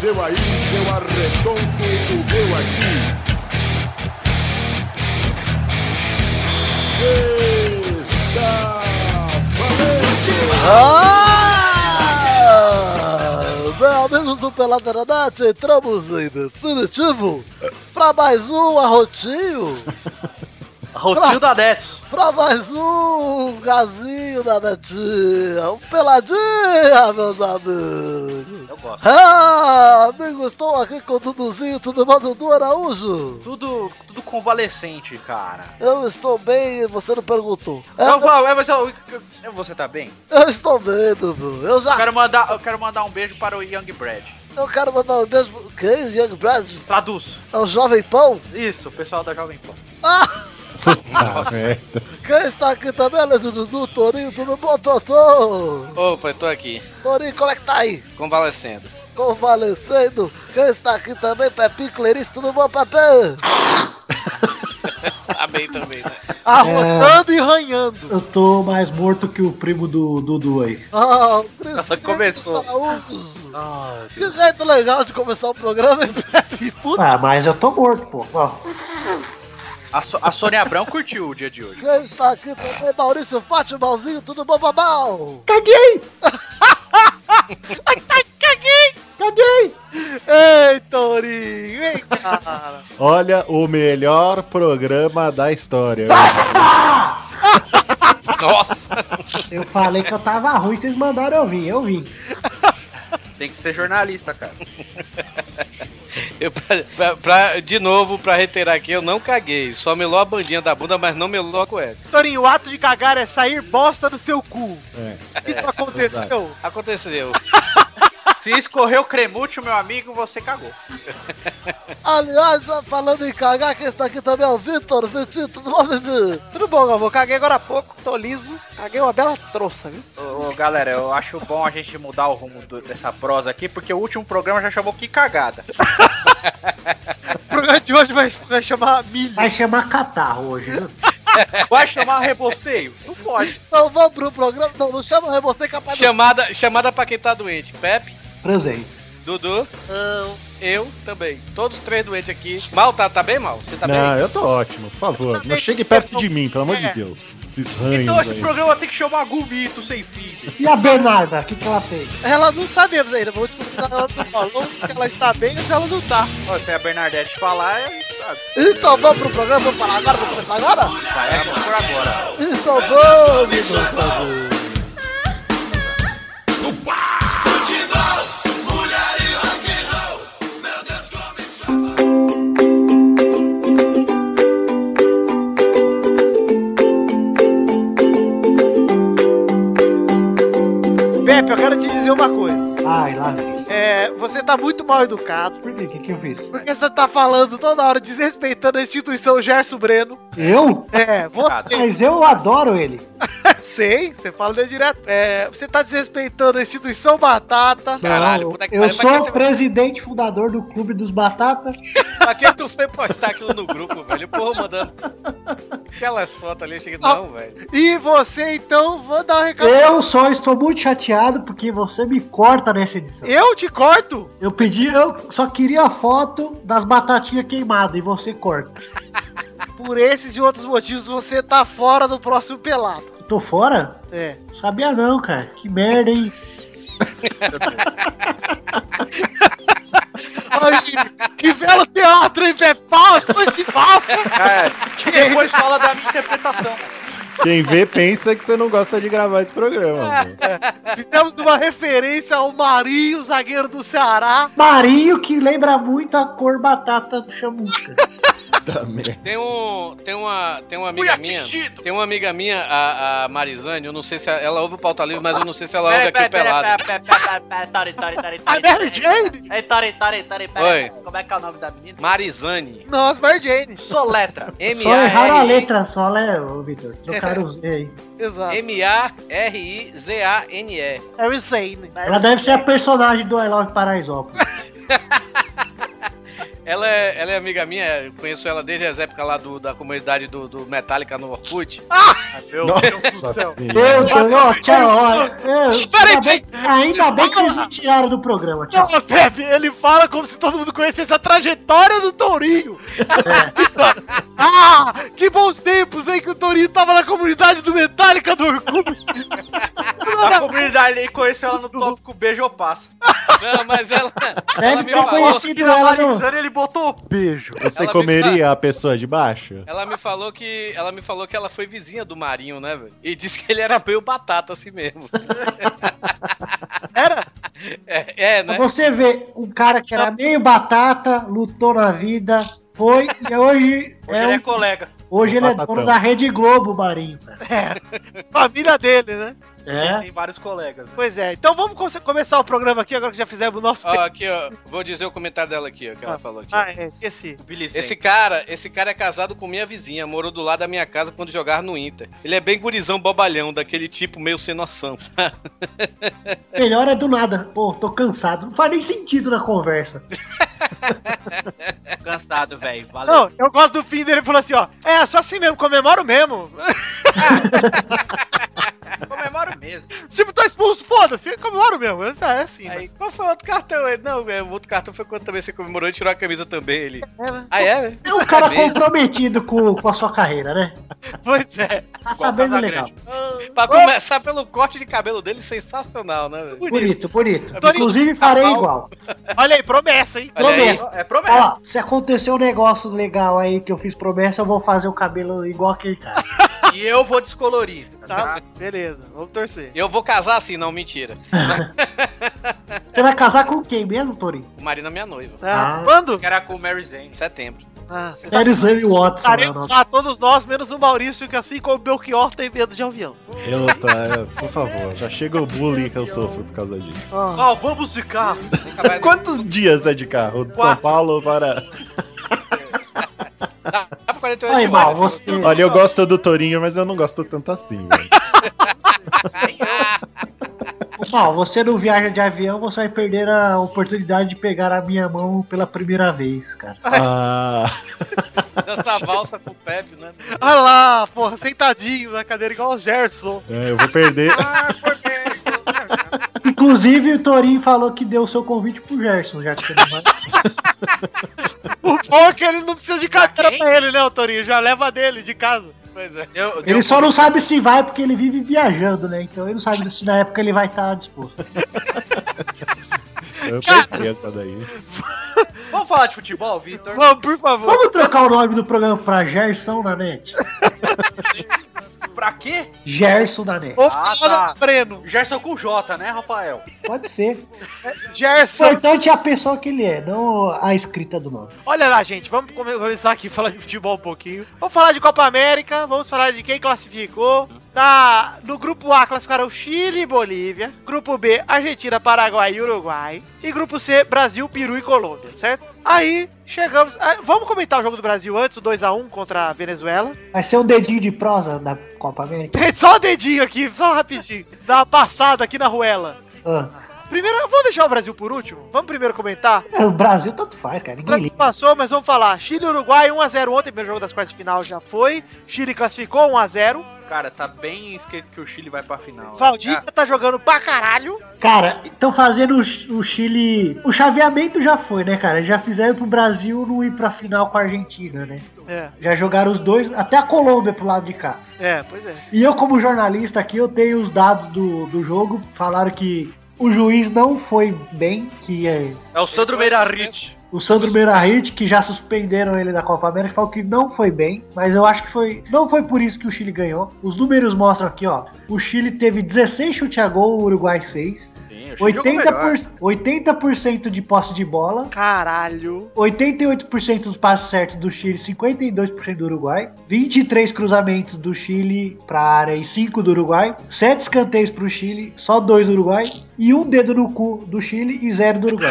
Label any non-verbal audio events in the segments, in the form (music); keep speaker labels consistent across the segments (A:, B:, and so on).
A: seu aí, eu arredonto o meu aqui. Está
B: Ah, Bem, amigos do Peladranet, entramos em definitivo pra mais um arrotinho,
C: Rotinho da Net.
B: pra mais um gazinho da Betinha, um peladinha, meus amigos.
C: Eu gosto.
B: Ah, amigos, estou aqui com o Duduzinho, tudo bom, Dudu Araújo?
C: Tudo, tudo convalescente, cara.
B: Eu estou bem, você não perguntou.
C: Não,
B: Eu,
C: vai, mas eu- eu- você tá bem?
B: eu estou bem, Dudu, eu
D: Ah.
C: Eu
B: já,
C: quero mandar, eu quero mandar um beijo para o Young Brad.
B: eu quero mandar um beijo, quem, Young Brad?
C: Traduz.
B: É o Jovem Pão?
C: Isso, o pessoal da Jovem Pan.
B: Ah!
C: Nossa.
B: Quem está aqui também, além do Dudu, Torinho, tudo bom, Totô?
E: Opa, eu tô aqui,
B: Torinho, como é que tá aí?
E: convalescendo.
B: Convalescendo. Quem está aqui também, Pepinho Clerice, tudo bom, Pepinho?
E: Amei também, né?
B: Arrotando e ranhando.
F: Eu tô mais morto que o primo do Dudu aí.
B: Ah, o Cris
C: Começou.
B: Araújo.
C: Ah,
B: Que jeito legal de começar o programa, hein, Pepe? Puta.
F: Ah, mas eu tô morto, pô. Ó,
C: A, So- a Sônia Abrão curtiu o dia de
B: Quem
D: (laughs)
C: hoje.
B: está aqui também, Maurício Fátio, Malzinho, tudo bom, Babal? (laughs)
D: Caguei! tá, Caguei!
B: Ei, Torinho, ei, cara.
G: Olha o melhor programa da história.
E: Nossa!
F: eu falei que eu tava ruim, vocês mandaram eu vir, eu vim.
C: Tem que ser jornalista, cara.
E: (laughs) Eu, pra- pra- pra- de novo, pra reiterar aqui, eu não caguei. Só melou a bandinha da bunda, mas não melou a cueca.
D: Torinho, o ato de cagar é sair bosta do seu cu. Isso aconteceu. Tá
E: Aconteceu.
C: Se escorreu cremute, meu amigo, você cagou.
B: Aliás, falando em cagar, quem está aqui também é o Vitor, Vitinho, tudo bom, Vivi?
D: Tudo bom, Galvão. Caguei agora há pouco, tô liso. Caguei uma bela troça, viu?
C: Ô, ô, galera, eu acho bom a gente mudar o rumo do- dessa prosa aqui, porque o último programa já chamou que cagada.
D: O programa de hoje vai, vai chamar milho.
F: Vai chamar catarro hoje, né?
C: Vai chamar rebosteio? Não pode.
B: Então vamos pro programa. Não, não chama o Rebotei capaz do.
E: Chamada, chamada pra quem tá doente. Pepe,
F: Transei.
E: Dudu, eu também. Todos três doentes aqui. Mal tá, tá bem mal? Você tá
G: Não,
E: bem?
G: eu tô ótimo, por favor. Não chegue perto de mim, pelo amor de Deus. Esses
C: Então
G: ranhos
C: esse
G: aí.
C: programa tem que chamar Gumito sem fim. velho.
F: E a Bernarda, o que, que ela fez?
D: Ela não sabemos ainda. Vamos descobrir se ela não falou, se ela está bem ou se ela não tá.
C: Ó, Se a Bernadette falar, é- sabe,
B: Então vamos pro programa, vamos falar agora, vamos começar agora?
C: vai é por agora.
B: Então vamos, meus amigos.
D: Pepe, eu quero te dizer uma coisa.
F: Ai, lá vem.
D: É, você tá muito mal educado.
F: Por quê? O que, que eu fiz?
D: Porque você tá falando toda hora, desrespeitando a instituição Gerson Breno.
F: Eu?
D: É, você.
F: Mas eu adoro ele.
D: Sei, você fala dele direto. É, você tá desrespeitando a instituição Batata.
E: Caralho,
F: Não,
E: puta que
F: eu
E: pariu, pra que
F: sou
E: você-
F: presidente fundador do Clube dos Batatas.
E: Pra que tu foi postar aquilo no grupo, velho? Porra, mandando. Aquelas fotos ali, eu cheguei. Não, velho.
D: E você, então, vou dar um recado.
F: Eu só estou muito chateado porque você me corta nessa edição.
D: Eu te corto?
F: Eu pedi, eu só queria a foto das batatinhas queimadas e você corta.
D: Por esses e outros motivos, você tá fora do próximo pelado.
F: Eu tô fora?
D: É.
F: Sabia não, cara. Que merda, hein?
D: Aí, que belo teatro, hein, Pepe? Palmas, que massa!
C: É, Depois fala da minha interpretação.
G: Quem vê pensa que você não gosta de gravar esse programa. meu.
D: Fizemos uma referência ao Marinho, zagueiro do Ceará.
F: Marinho que lembra muito a cor batata do
E: (laughs)
F: chamusca.
G: Puta merda.
E: Tem um. Tem uma. Tem uma
C: Fui
E: amiga minha.
C: atingido.
E: Tem uma amiga minha, a, a Marizane, eu não sei se ela, ela ouve o pauta livre, mas eu não sei se ela ouve
H: Peraí,
E: aqui o
H: peraí,
E: pelado.
H: peraí, peraí, peraí, peraí, Tori, Tori, Tori,
D: A
H: Tori,
D: Mary
H: Tori.
D: Jane?
H: Ei, Tori, Tori, Tori, peraí.
E: Oi.
H: Como é que é o nome da menina?
E: Marizane.
D: Nós, Mary Jane.
C: Soletra.
F: (laughs)
E: M
F: Só erraram a
E: A R
F: letra só, né, ô, Vitor? Trocaram os E aí.
D: Exato.
E: I- M A R I Z A N E.
D: Mary Jane.
E: (laughs)
F: Ela deve ser a personagem do I Love Paraisópolis.
E: Ela é, ela é amiga minha, eu conheço ela desde as épocas lá do- da comunidade do, do Metallica no Orkut.
G: Nossa senhora.
F: Meu Deus, ó, tchau, olha. eu-
E: Peraí,
F: ainda bem- Ainda bem que vocês me tiraram do programa, tchau.
D: Não, Pepe, ele fala como se todo mundo conhecesse a trajetória do Tourinho. (laughs) ah, que bons tempos, hein, que o Tourinho tava na comunidade do Metallica do Orkut.
C: A comunidade aí conheceu ela no tópico beijo ou passo.
E: Não, mas ela.
H: (laughs)
E: ela
F: Deve
E: me
F: ter
E: falou.
F: conhecido ela no.
D: Finalizando, ele botou beijo.
G: Você
E: Ela
G: comeria a pessoa de baixo?
E: Ela me falou que. Ela me falou que ela foi vizinha do Marinho, né, velho? E disse que ele era meio batata assim mesmo.
D: Era?
E: (laughs) É, é
F: Pra
E: né?
F: você ver, um cara que era meio batata, lutou na vida, foi e hoje
C: Hoje
F: é,
C: ele é
F: um-
C: colega.
F: hoje ele é
G: Batatão.
F: dono da Rede Globo, Marinho. cara.
D: Família dele, né?
F: É.
C: Tem vários colegas. né?
D: Pois é, então vamos come- começar o programa aqui agora que já fizemos o nosso
E: Ó,
D: tempo.
E: aqui, ó. Vou dizer o comentário dela aqui, ó, que ela falou aqui.
D: Ah, é, esqueci.
E: Esse cara, esse cara é casado com minha vizinha, morou do lado da minha casa quando jogava no Inter. Ele é bem gurizão bobalhão, daquele tipo meio sem noção. sabe?
F: Melhor é do nada. Pô, tô cansado. Não faz nem sentido na conversa.
H: Cansado, velho. Valeu.
D: Não, eu gosto do fim dele, ele falou assim, ó, é, só assim mesmo, comemoro mesmo.
C: comemora mesmo.
D: tipo, tô expulso, foda-se, comemoro mesmo, é assim, né?
E: Aí, qual foi o outro cartão? Ele, não, é, o outro cartão foi quando também você comemorou e tirou a camisa também. Ele.
C: né?
E: Ah, é? velho?
F: É um cara
E: Mesmo.
F: comprometido com, com a sua carreira, né?
D: Pois é.
F: Tá sabendo legal.
E: Pra começar pelo corte de cabelo dele, sensacional, né? velho?
F: Bonito, bonito.
D: Tô
F: Inclusive farei
E: Tá bom.
F: igual.
D: Olha aí, promessa, hein?
E: Olha aí.
F: Promessa.
C: É promessa.
F: Ó, se acontecer um negócio legal aí que eu fiz promessa, eu vou fazer o cabelo igual aquele cara.
C: E eu vou descolorir.
D: Tá, beleza, vamos torcer.
E: Eu vou casar assim, não, mentira.
F: Você vai casar com quem mesmo, Torinho?
E: O marido é minha noiva.
D: Tá.
F: Ah.
D: Quando?
C: Que era com o Mary Jane.
E: Em setembro.
D: Ah,
F: Erizane Watson. né, o
D: estaremos
F: nome.
D: lá, todos nós, menos o Maurício, que assim como o Belchior tem medo de avião.
G: Eu tô, eu- é, por favor, já chega o bullying que eu sofro por causa disso.
D: Ah, vamos de carro.
G: Quantos dias é de carro? De São Paulo para.
E: Dá dá Tá pra 48
F: Aí, mal,
E: horas.
F: você.
G: Olha, eu gosto do Torinho, mas eu não gosto tanto assim, velho.
F: Mal, você não viaja de avião, você vai perder a oportunidade de pegar a minha mão pela primeira vez, cara.
G: Ah,
E: Dançar valsa com o Pepe, né?
D: Olha lá, porra, sentadinho na cadeira igual o Gerson.
G: é, eu vou perder.
F: Inclusive, o Torinho falou que deu o seu convite pro Gerson, já que você não vai.
D: O bom é que ele não precisa de carteira
C: quem?
D: pra ele, né, o Torinho? Já leva dele de casa.
E: Pois é.
C: Eu,
F: Ele só não sabe se vai porque ele vive viajando, né? Então ele não sabe se na época ele vai estar disposto.
G: Eu perdi essa daí.
C: Vamos falar de futebol, Vitor?
D: Vamos, por favor.
F: Vamos trocar o nome do programa pra Gerson na net?
C: Pra quê?
F: Gerson na net.
D: Vamos
C: Ah,
D: falar
C: tá.
D: do Breno.
C: Gerson com J, né, Rafael?
F: Pode ser. O
D: Gerson.
F: importante é a pessoa que ele é, não a escrita do nome.
D: Olha lá, gente, vamos come- começar aqui a falar de futebol um pouquinho. Vamos falar de Copa América, vamos falar de quem classificou. Na, no grupo A classificaram Chile e Bolívia. Grupo B, Argentina, Paraguai e Uruguai. E grupo C, Brasil, Peru e Colômbia, certo? Aí chegamos. ah, vamos comentar o jogo do Brasil antes, o 2x1 contra a Venezuela. (laughs)
F: Vai ser um dedinho de prosa da Copa América?
D: Só o dedinho aqui, só rapidinho. Dá uma passada aqui na ruela.
F: Ah,
D: Primeiro, vamos deixar o Brasil por último? Vamos primeiro comentar?
F: o Brasil tanto faz, cara.
D: Pra
F: Ninguém
D: quem
F: liga.
D: passou, mas vamos falar. Chile e Uruguai 1x0 ontem, primeiro jogo das quartas de final já foi. Chile classificou 1x0.
C: Cara, tá bem escrito que o Chile vai pra final.
D: Valdívia tá jogando pra caralho.
F: Cara, estão fazendo o Ch- o Chile. O chaveamento já foi, né, cara? Já fizeram pro Brasil não ir pra final com a Argentina, né?
D: É,
F: Já jogaram os dois, até a Colômbia pro lado de cá.
D: é, pois é.
F: E eu, como jornalista aqui, eu tenho os dados do, do jogo. Falaram que o juiz não foi bem, que é,
C: É o Sandro Meirahit.
F: o Sandro Meirahit, que já suspenderam ele da Copa América, falou que não foi bem, mas eu acho que foi. Não foi por isso que o Chile ganhou. Os números mostram aqui, ó. O Chile teve 16 chute a gol, o Uruguai 6.
C: Sim, o
F: 80%, por- 80% de posse de bola.
D: Caralho.
F: 88% dos passes certos do Chile, 52% do Uruguai, 23 cruzamentos do Chile para área e 5 do Uruguai, 7 escanteios para o Chile, só 2 do Uruguai e um dedo no cu do Chile e 0 do Uruguai.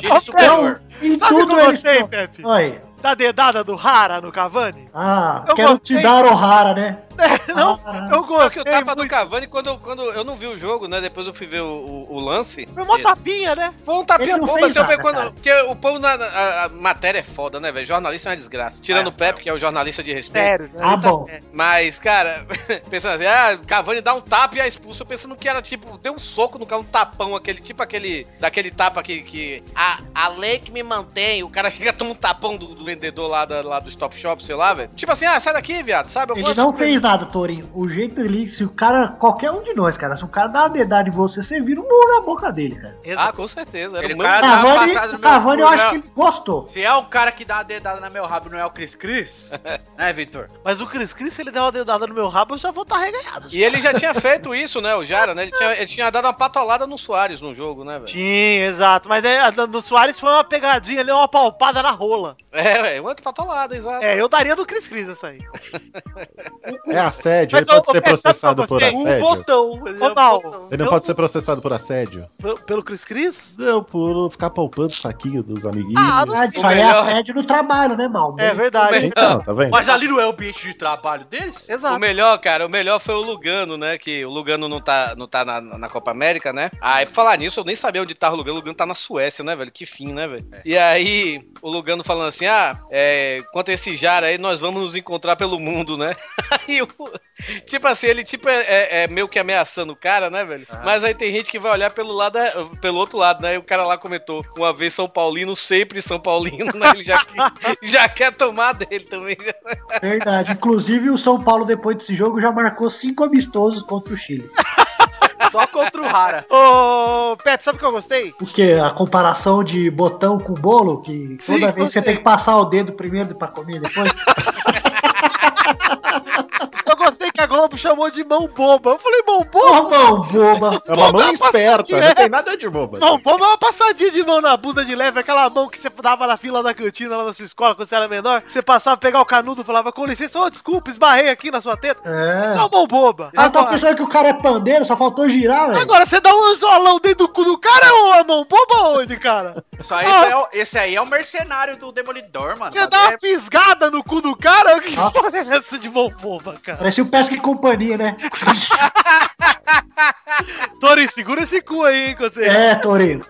C: Chile superior.
D: é
F: Então, em
D: Sabe
F: tudo
D: como eu
F: eles
D: gostei,
F: estão-
D: Pepe?
F: Olha aí.
D: Da dedada do Hara no Cavani?
F: Ah,
D: Eu
F: quero
D: gostei.
F: te dar o Rara, né?
D: Não, eu
E: Porque
D: gostei.
E: o tapa do
D: muito.
E: Cavani, quando eu, quando eu não vi o jogo, né? Depois eu fui ver o, o- o lance.
D: Foi mó tapinha, né?
E: Foi um tapinha
F: Ele não
E: bom,
F: fez
E: mas eu
F: nada,
E: pe- quando-
F: cara.
E: Porque o povo na. A, a matéria é foda, né, velho? Jornalista é uma desgraça. Tirando o Pepe, que é o jornalista de respeito.
D: Sério,
F: Ah,
D: tá
F: bom.
D: sério.
E: Mas, cara, (laughs) pensando assim, ah, Cavani dá um tapa e é expulso. Eu pensando que era tipo, deu um soco no cara, um tapão, aquele, tipo aquele, daquele tapa que. que a, a lei que me mantém, o cara (laughs) fica toma um tapão do, do vendedor lá, da, lá do Stop Shop, sei lá, velho. Tipo assim, ah, sai daqui, viado, sabe? Eu
F: Ele
E: gosto
F: não
E: de-
F: fez nada, Torinho. O jeito ali, se o cara, qualquer um de nós, cara, se o cara dá uma dedada em você, você vira um muro na boca dele, cara.
E: Ah, com certeza. Era
C: Ele
E: o
C: cara dá uma
F: Cavani,
C: passada no meu
F: Cavani eu
C: cu,
F: acho
C: né?
F: que ele
D: um-
F: gostou.
C: Se é o cara que dá uma dedada na meu rabo, não é o Cris (laughs) Cris? né, Vitor?
D: Mas o Cris Cris, se ele der uma dedada no meu rabo, eu já vou tá estar reganhado.
E: E ele já tinha feito isso, né, o Jara, né? Ele tinha, ele tinha dado uma patolada no Soares no jogo, né, velho?
D: Sim, exato. Mas aí, a do- do Soares foi uma pegadinha ali, uma palpada na rola.
E: É, velho, uma patolada, exato.
D: É, eu daria do Cris Cris nessa aí.
G: É assédio,
D: Mas
G: ele pode
D: eu-
G: ser
D: eu pensava
G: processado
D: pra
G: por
D: você, um
G: assédio?
H: Botão. ele é um
D: Total.
H: botão.
G: Ele não
D: eu-
G: pode ser processado por assédio?
D: Pe- Pelo Cris Cris?
G: Não, por ficar poupando o saquinho dos amiguinhos.
D: Ah, não
F: Ah,
D: sei.
F: isso aí é
E: melhor-
F: assédio no trabalho, né, Mal?
D: É verdade.
G: Então, tá vendo?
H: Mas ali não é o ambiente de trabalho deles?
E: O
D: Exato.
E: melhor, cara, o melhor foi o Lugano, né? Que o Lugano não tá, não tá na, na Copa América, né? Aí, pra falar nisso, eu nem sabia onde tava o Lugano. O Lugano tá na Suécia, né, velho? Que fim, né, velho? E aí, o Lugano falando assim: ah, é, quanto a esse Jara aí, nós vamos nos encontrar pelo mundo, né? (laughs) aí, o, tipo assim, ele tipo é, é- é meio que ameaçando o cara, né, velho? Mas aí tem gente que vai olhar pelo lado, pelo outro lado, né? E o cara lá comentou: uma vez São Paulino, sempre São Paulino, né? Ele já, (laughs) já quer tomar dele também. né?
F: Verdade. Inclusive, o São Paulo, depois desse jogo, já marcou cinco amistosos contra o Chile.
H: Só contra o Rara.
D: Ô, Pepe, sabe o que eu gostei?
F: O que? A comparação de botão com bolo, que toda vez você tem que passar o dedo primeiro pra comer depois. (laughs)
D: Eu gostei que a Globo chamou de mão boba. Eu falei, mão boba?
F: Porra, mão boba!
G: É uma mão esperta,
D: né?
G: não tem nada de boba.
D: Mão boba é uma passadinha de mão na bunda de leve, aquela mão que você dava na fila da cantina lá na sua escola quando você era menor. que Você passava, pegava o canudo, falava, com licença, ô, desculpa, esbarrei aqui na sua teta.
F: É.
D: Isso é uma mão boba.
F: Ah, tá
D: Agora-
F: pensando que o cara é pandeiro, só faltou girar, velho.
D: Agora, você dá um anzolão dentro do cu do cara ou a mão boba onde, cara?
C: Isso aí é o- esse aí é o mercenário do Demolidor, mano.
D: Você dá uma fisgada no cu do cara? Que
F: Nossa.
D: porra é essa de mão boba, cara?
F: Parecia o Pesca e Companhia, né? (laughs)
D: Tori, segura esse cu aí, hein, que você...
F: é, Torinho.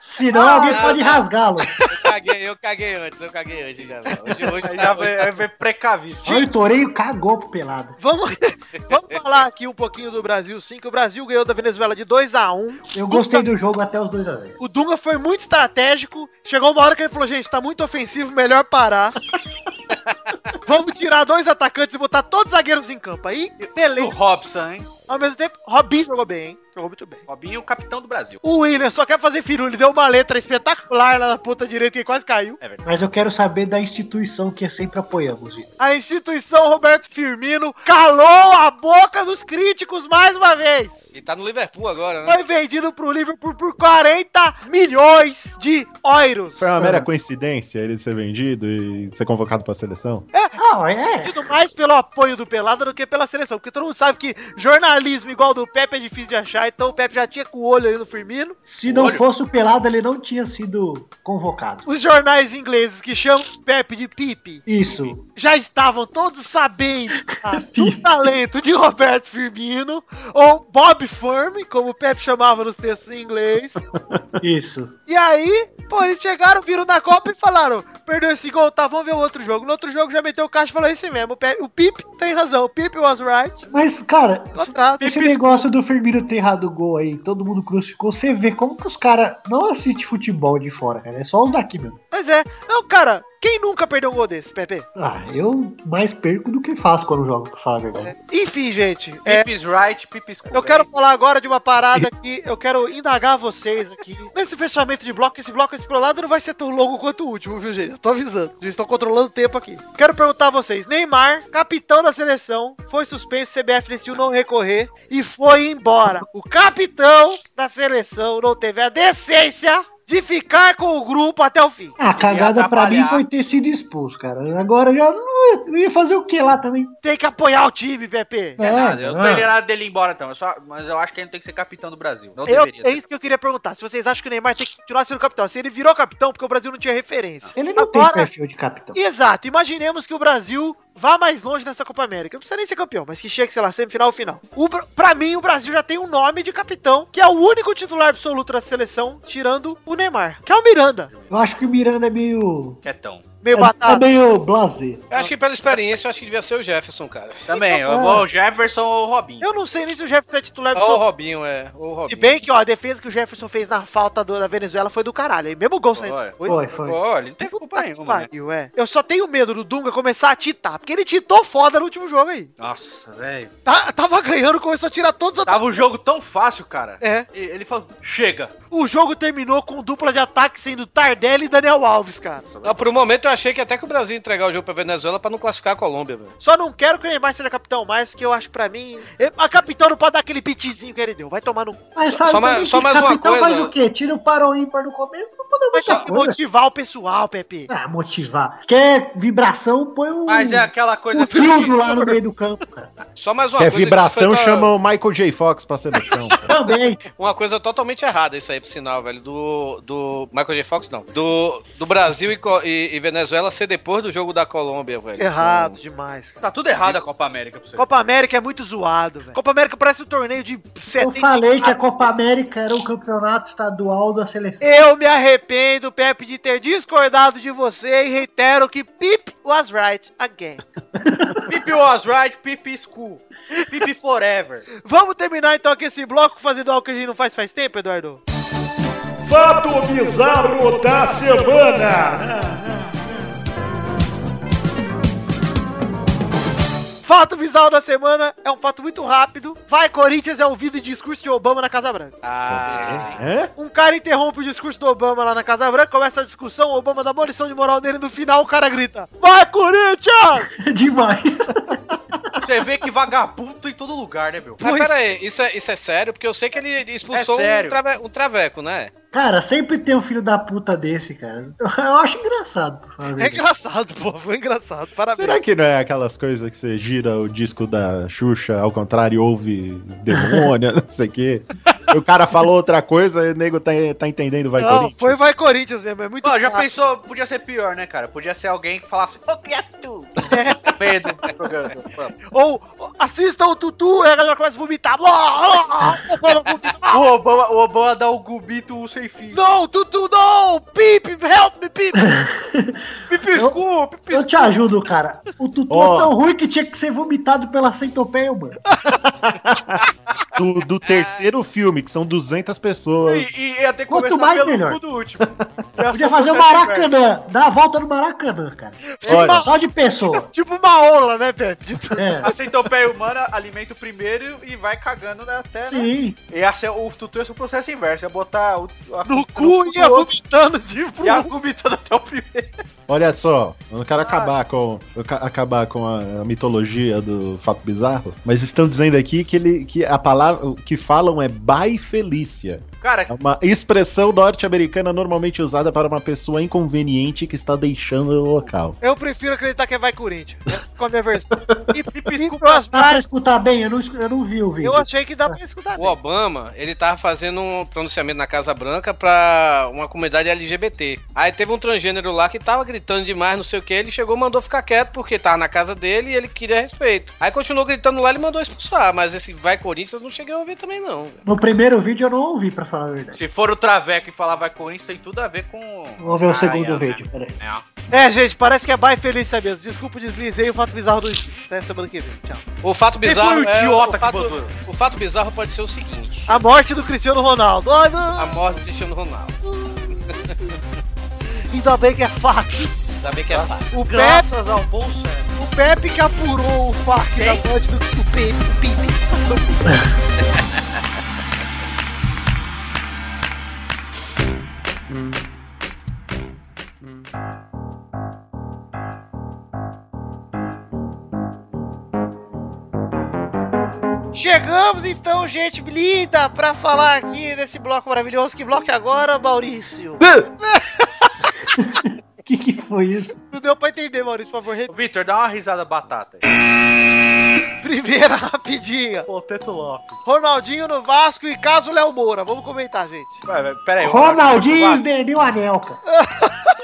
F: Senão alguém pode rasgá-lo.
E: Eu caguei, eu caguei antes, eu caguei antes já. velho. Hoje, hoje,
C: Aí
E: tá-
C: já
E: hoje
C: vai,
E: tá-
C: vai ver precavido.
F: Olha, o Torinho cagou pro pelado.
D: Vamos, (laughs) vamos falar aqui um pouquinho do Brasil, sim, que o Brasil ganhou da Venezuela de 2 a 1
F: Eu gostei
D: Então-
F: do jogo até os dois a 0.
D: O Dunga foi muito estratégico. Chegou uma hora que ele falou: gente, tá muito ofensivo, melhor parar. (laughs) Vamos tirar dois atacantes e botar todos os zagueiros em campo. Aí,
C: O
D: beleza.
C: Robson, hein?
D: Ao mesmo tempo, Robinho jogou bem, hein? Jogou muito bem.
C: Robinho, é o capitão do Brasil.
D: O William só quer fazer firula. Ele deu uma letra espetacular lá na ponta direita que quase caiu.
F: Mas eu quero saber da instituição que sempre apoiamos, Vitor.
D: A instituição Roberto Firmino calou a boca dos críticos mais uma vez.
E: E tá no Liverpool agora, né?
D: Foi vendido pro Liverpool por 40 milhões de euros.
G: Foi É uma mera coincidência ele ser vendido e ser convocado pra seleção?
F: Ah, é.
D: Muito mais pelo apoio do Pelada do que pela seleção, porque todo mundo sabe que jornalismo igual do Pepe é difícil de achar, então o Pepe já tinha com o olho aí no Firmino.
F: Se não fosse o pelado, ele não tinha sido convocado.
D: Os jornais ingleses que chamam o Pepe de Pipe
F: Isso.
D: já estavam todos sabendo
G: (laughs)
D: tá, do talento de Roberto Firmino, ou Bob Firm, como o Pepe chamava nos textos em inglês.
F: Isso.
D: E aí, pô, eles chegaram, viram na Copa e falaram: perdeu esse gol, tá, vamos ver o outro jogo. No outro jogo já meteu o caixa e falou esse mesmo. O Pepe, o Pipe tem razão, o Pipe was right.
F: Mas, cara,
D: Contrato.
F: esse negócio do Firmino ter errado o gol aí, todo mundo crucificou, você vê como que os caras não assistem futebol de fora, cara. É só os daqui mesmo.
D: Mas é. Não, cara, quem nunca perdeu um gol desse, Pepe?
F: Ah, eu mais perco do que faço quando jogo, pra falar a verdade.
D: Enfim, gente, é,
C: Pipis right, pipis É cool.
D: eu quero falar agora de uma parada que eu quero indagar vocês aqui. Nesse fechamento de bloco, esse bloco explorado não vai ser tão longo quanto o último, viu, gente? Eu tô avisando. Eles estão controlando o tempo aqui. Quero perguntar a vocês: Neymar, capitão da seleção, foi suspenso, CBF decidiu não recorrer e foi embora. O capitão da seleção não teve a decência de ficar com o grupo até o fim.
F: Ah, a cagada pra mim
C: atrapalhar.
F: foi ter sido expulso, cara. Agora já não ia- não ia fazer o que lá também?
D: Tem que apoiar o time, Pepe.
C: É nada, eu não tô
F: ah.
C: entendendo nada dele ir embora, então. Eu só, mas eu acho que ele não tem que ser capitão do Brasil. Não
D: Eu,
C: deveria
D: é
C: ser.
D: isso que eu queria perguntar. Se vocês acham que o Neymar tem que continuar sendo capitão. Se ele virou capitão, porque o Brasil não tinha referência.
F: Ele não
D: Agora-
F: tem perfil de capitão.
D: Exato. Imaginemos que o Brasil vá mais longe nessa Copa América. Não precisa nem ser campeão, mas que chegue, sei lá, semifinal ou final. O, Bra- pra mim, o Brasil já tem um nome de capitão, que é o único titular absoluto da seleção, tirando o Neymar, que é o Miranda.
F: Eu acho que o Miranda é meio.
C: Quietão.
D: Meio
F: É, é
D: batata.
F: meio blasé.
E: Eu acho que pela experiência, eu acho que devia ser o Jefferson, cara.
C: Também, eu
F: é.
C: vou o Jefferson ou o Robinho.
D: Eu não sei nem se o Jefferson é titular
E: Ou o
D: absoluto.
E: Robinho, é. Ou o Robinho.
D: Se bem que, ó, a defesa que o Jefferson fez na falta do- da Venezuela foi do caralho. Aí mesmo o gol saindo.
E: Olha,
F: Foi, foi.
E: Olha, não tem
D: Puta
E: culpa
D: que
E: nenhuma, né?
D: pariu, é. Eu só tenho medo do Dunga começar a titar, porque ele titou foda no último jogo aí.
C: Nossa, velho.
D: Tá- tava ganhando, começou a tirar todos
E: Tá.
D: os
C: Tava um jogo tão fácil, cara.
D: É.
C: E Ele falou, chega.
D: O jogo terminou com dupla de ataque sendo Tardelli e Daniel Alves, cara.
E: Não, por um momento eu achei que até que o Brasil ia entregar o jogo pra Venezuela pra não classificar a Colômbia, velho.
D: Só não quero que o Neymar seja capitão mais, porque eu acho pra mim. Eu- A capitão não pode dar aquele pitizinho que ele deu. Vai tomar no. cu.
F: Mas sabe,
E: Só mais-
F: também
E: só
F: que
E: mais uma
F: capitão
E: coisa.
F: faz o quê? Tira o parou ímpar no começo, não podemos
D: Mas é
F: muita
D: tem que
F: coisa.
D: motivar o pessoal, Pepe.
F: Ah, motivar. Quer vibração, põe um,
C: Mas é aquela coisa
F: um filtro lá no meio do campo, cara.
E: Só mais uma
G: Quer
E: coisa. que
G: vibração,
E: foi pra-
G: chama o Michael J. Fox pra
E: (laughs)
G: seleção. cara.
F: Também.
E: Uma coisa totalmente errada, isso aí, por sinal, velho. Do. Do. Michael J. Fox, não. Do, do Brasil e, Co- e- e Venezuela ser depois do jogo da Colômbia, velho.
D: Errado demais, cara.
C: Tá tudo errado a Copa América pra você.
D: Copa América é muito zoado, velho. Copa América parece um torneio de
F: Eu
D: 70.
F: falei que a Copa América era o campeonato estadual da seleção.
D: Eu me arrependo, Pepe, de ter discordado de você e reitero que Pip was right again.
C: Pipi was right, Pipi school. Pipi forever.
D: Vamos terminar então aqui esse bloco fazendo algo que a gente não faz faz tempo, Eduardo?
I: Fato bizarro da semana.
D: Fato bizarro da semana é um fato muito rápido. Vai, Corinthians é ouvido em discurso de Obama na Casa Branca.
E: Ah,
G: Hã?
D: Um cara interrompe o discurso do Obama lá na Casa Branca, começa a discussão, o Obama dá uma lição de moral nele, no final o cara grita: Vai, Corinthians!
F: (laughs) Demais.
C: Você vê que vagabundo em todo lugar, né, meu?
E: mas peraí, isso é, isso é sério? Porque eu sei que ele expulsou
C: É sério.
E: um, trave- um traveco, né?
F: Cara, sempre tem um filho da puta desse, cara. Eu acho engraçado, por favor.
D: É engraçado, pô, foi engraçado, parabéns.
G: Será que não é aquelas coisas que você gira o disco da Xuxa, ao contrário, ouve demônio, (laughs) não sei o quê? E o cara falou outra coisa e o nego tá, tá entendendo, vai
D: Não,
G: Corinthians.
D: foi Vai Corinthians mesmo, é muito
C: Ó, já
F: Ah.
D: chato.
C: pensou, podia ser pior, né, cara? Podia ser alguém que falasse, ô
F: (laughs)
C: criatura! Medo
F: tá
C: do programa.
D: Ou ou, assistam o Tutu, e a galera começa a vomitar. Blá, blá, blá, o Obama vomita. Ah,
C: O Obama, o Obama dá o gubito sem fim.
D: Não, Tutu, não! Pip, help me, Pip!
C: Pipi
F: Eu-
C: school, pipi
F: Eu te ajudo, cara. O tutu
G: Ó.
F: é tão ruim que tinha que ser vomitado pela centopeia, mano.
G: Do, do terceiro filme, que são 200 pessoas.
C: E, e ia ter que
F: Quanto
C: começar
F: mais,
C: pelo
F: melhor.
C: cu do último. Ia
F: (laughs)
C: ser
F: Podia fazer o
C: processo
F: Maracanã. Dar a volta no Maracanã, cara.
G: Olha,
F: Só
D: (laughs)
F: de pessoa.
D: Tipo uma ola, né, Pepe?
F: É.
C: inverso. A centopeia humana alimenta o primeiro e vai cagando né, até, né?
F: Sim.
C: E ia ser, o tutu ia ser o processo inverso. Ia botar o, a-
D: No cu e ia vomitando, tipo.
C: e a gubitando até o primeiro.
G: olha só, eu não quero
E: Ah.
G: acabar com, eu ca- acabar com a, a mitologia do fato bizarro, mas estão dizendo aqui que, ele, que a palavra o que falam é bai felícia.
C: Cara,
G: É uma expressão norte-americana normalmente usada para uma pessoa inconveniente que está deixando o local.
D: Eu prefiro acreditar que é Vai Corinthians. né? Com a minha versão. E Pip School was
F: Dá pra
D: right.
F: escutar bem? Eu não, escu- eu não vi o vídeo.
D: Eu achei que dá pra escutar.
E: O Obama, ele tava fazendo um pronunciamento na Casa Branca pra uma comunidade LGBT. Aí teve um transgênero lá que tava gritando demais, não sei o que, ele chegou, mandou ficar quieto porque tava na casa dele e ele queria respeito. Aí continuou gritando lá, ele mandou expulsar, mas esse vai Corinthians eu não cheguei a ouvir também não. velho.
F: No primeiro vídeo eu não ouvi, pra falar a verdade.
C: se for o Traveco e falar vai Corinthians, tem tudo a ver com.
F: Vamos ver o
C: Ah,
F: segundo
C: é,
F: vídeo, peraí.
D: É, gente, parece que é Vai Felícia mesmo. Desculpa o deslize aí, o fato bizarro do Até semana que vem. Tchau.
E: O fato bizarro é,
C: foi o idiota
E: o
C: que
E: fato,
C: botou?
E: o fato bizarro pode ser o seguinte:
D: A morte do Cristiano Ronaldo. Ai, não.
E: a morte do Cristiano Ronaldo.
D: Ainda bem que é fato.
E: Ainda bem que é fácil.
D: O Pepe,
C: Graças ao bom
F: é-
C: senso.
D: o Pepe que apurou o fato da morte do o Pepe. o Pepe.
C: (laughs)
D: Chegamos então, gente linda, pra falar aqui desse bloco maravilhoso. Que bloco é agora, Maurício?
F: O que, que foi isso?
D: Não deu pra entender, Maurício, por favor.
C: Vitor, dá uma risada batata. aí.
D: Primeira rapidinha.
I: Poteto Lopes.
D: Ronaldinho no Vasco e caso Léo Moura. Vamos comentar, gente.
C: Pera aí, o Ronaldinho
F: Ronaldinho
C: foi pro Vasco?
F: esderdeu o anel, cara.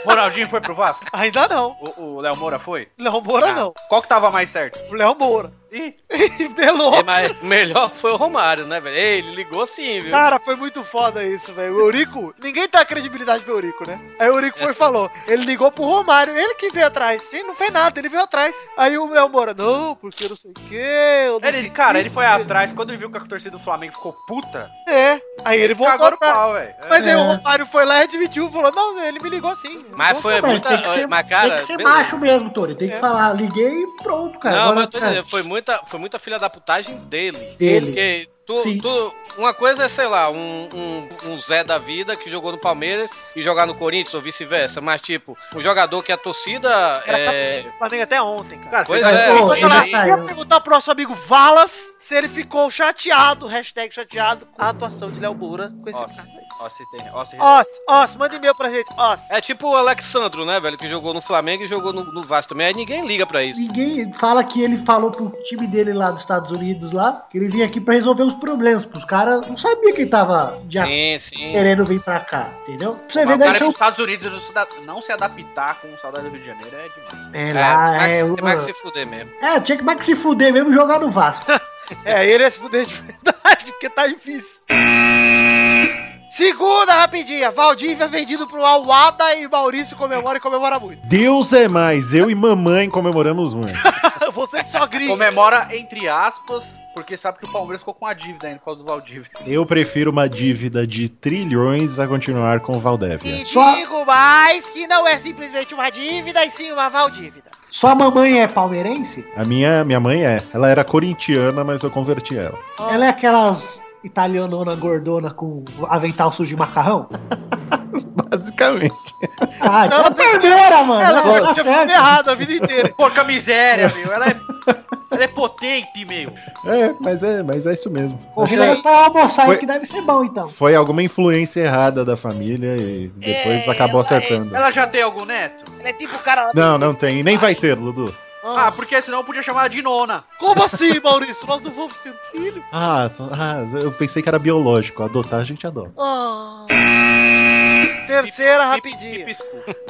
C: Ronaldinho foi pro Vasco?
D: Ainda não.
C: O o Léo Moura foi? Ah,
D: Léo
C: Tá.
D: Moura não.
C: Qual que tava mais certo?
D: Léo Moura.
C: Ih,
D: (laughs) E Belo.
E: É, mas melhor foi o Romário, né, velho? Ei, Ele ligou sim, viu?
D: Cara, foi muito foda isso, velho. O Eurico, ninguém dá credibilidade pro Eurico, né? Aí o Eurico
C: É.
D: foi e falou: ele ligou pro Romário, ele que veio atrás. Ele não fez nada, ele veio atrás. Aí o Léo Moura, não, porque não sei o quê. Eu não
C: ele,
D: sei
C: cara,
D: o
C: ele foi atrás. Quando ele viu que a torcida do Flamengo ficou puta,
D: quê." É. Aí ele voltou
C: cagou no
D: atrás.
C: pau, velho.
D: Mas aí
F: É.
D: o Romário foi lá e admitiu, falou: não, ele me ligou sim.
E: Mas foi
F: Mas
E: muita.
F: tem que ser,
E: mas, cara,
F: tem que ser
E: beleza.
F: macho mesmo, Tony. Tem que
D: É.
F: falar, liguei e pronto, cara.
E: Não,
F: Agora,
E: mas eu tô
F: cara,
E: dizendo, foi muita, foi muita filha da putagem dele.
F: Dele.
E: Porque tu,
F: Sim.
E: tu- uma coisa é, sei lá, um, um, um Zé da vida que jogou no Palmeiras e jogar no Corinthians ou vice-versa. Mas, tipo, um jogador que a torcida. É,
D: O Flamengo até ontem, cara.
C: Cara,
E: pois
C: fez-
E: é,
F: pô,
E: ele-
D: Quando ela
F: ele saiu.
D: ia perguntar pro nosso amigo Valas se ele ficou chateado, hashtag chateado, com a atuação de Léo Moura com esse
C: Nossa.
D: caso aí.
C: Ó, se tem. Ó, se
D: Os, Os, manda e-mail pra gente, Os.
E: é tipo o Alexandro, né, velho? Que jogou no Flamengo e jogou no, no Vasco também. Aí ninguém liga pra isso.
F: Ninguém fala que ele falou pro time dele lá dos Estados Unidos lá, que ele vinha aqui pra resolver os problemas. Os caras não sabiam que ele tava já
E: Sim, sim.
F: querendo vir pra cá, entendeu? Pra você
C: Mas
F: ver,
C: o
F: deve
C: cara
F: ser
C: dos
F: um...
C: Estados Unidos não se, da- não se adaptar com o saudade do Rio de Janeiro é demais.
F: É,
E: É,
F: lá,
E: mais,
F: é,
E: que-
F: o-
E: mais que se fuder mesmo.
F: é, tinha que mais que se fuder mesmo e jogar no Vasco.
D: É, ele ia se fuder de verdade, (laughs) porque tá difícil. Segunda rapidinha, Valdívia vendido pro Alwada e Maurício comemora e comemora muito. (laughs)
G: Deus é mais, eu e mamãe comemoramos muito.
D: Você que só grita.
C: Comemora, entre aspas, porque sabe que o Palmeiras ficou com uma dívida ainda por causa do (laughs) Valdívia.
G: Eu prefiro uma dívida de trilhões a continuar com Valdévia.
D: E digo mais que não é simplesmente uma dívida, e sim uma Valdívida.
F: Sua mamãe é palmeirense?
G: A minha, minha mãe é. Ela era corintiana, mas eu converti ela. (laughs)
F: Ela é aquelas italianona gordona com avental sujo
C: (laughs)
F: de macarrão?
G: Basicamente.
F: Ah, então
D: Não,
F: é palmeira, mano.
D: Ela
F: Ela tá
D: ficou
F: certo.
D: errado a vida inteira.
C: Porca miséria, meu. Ela é, ela é potente, meu.
G: É, mas é, mas é isso mesmo.
F: Convida ela pra almoçar
G: Foi-
F: aí que deve ser bom, então.
G: Foi alguma influência errada da família e depois
C: É,
G: acabou
C: ela-
G: acertando.
C: Ela já tem algum neto?
D: Ela é tipo o cara lá.
G: Não, não tem. Nem vai ter, Dudu.
C: Ah, porque senão eu podia chamar ela de nona.
D: Como assim, Maurício? Nós não vamos ter um filho?
G: Ah, só- ah, eu pensei que era biológico. Adotar a gente adota.
D: Ah. Terceira
F: Ah,
D: rapidinha.
C: Pisco.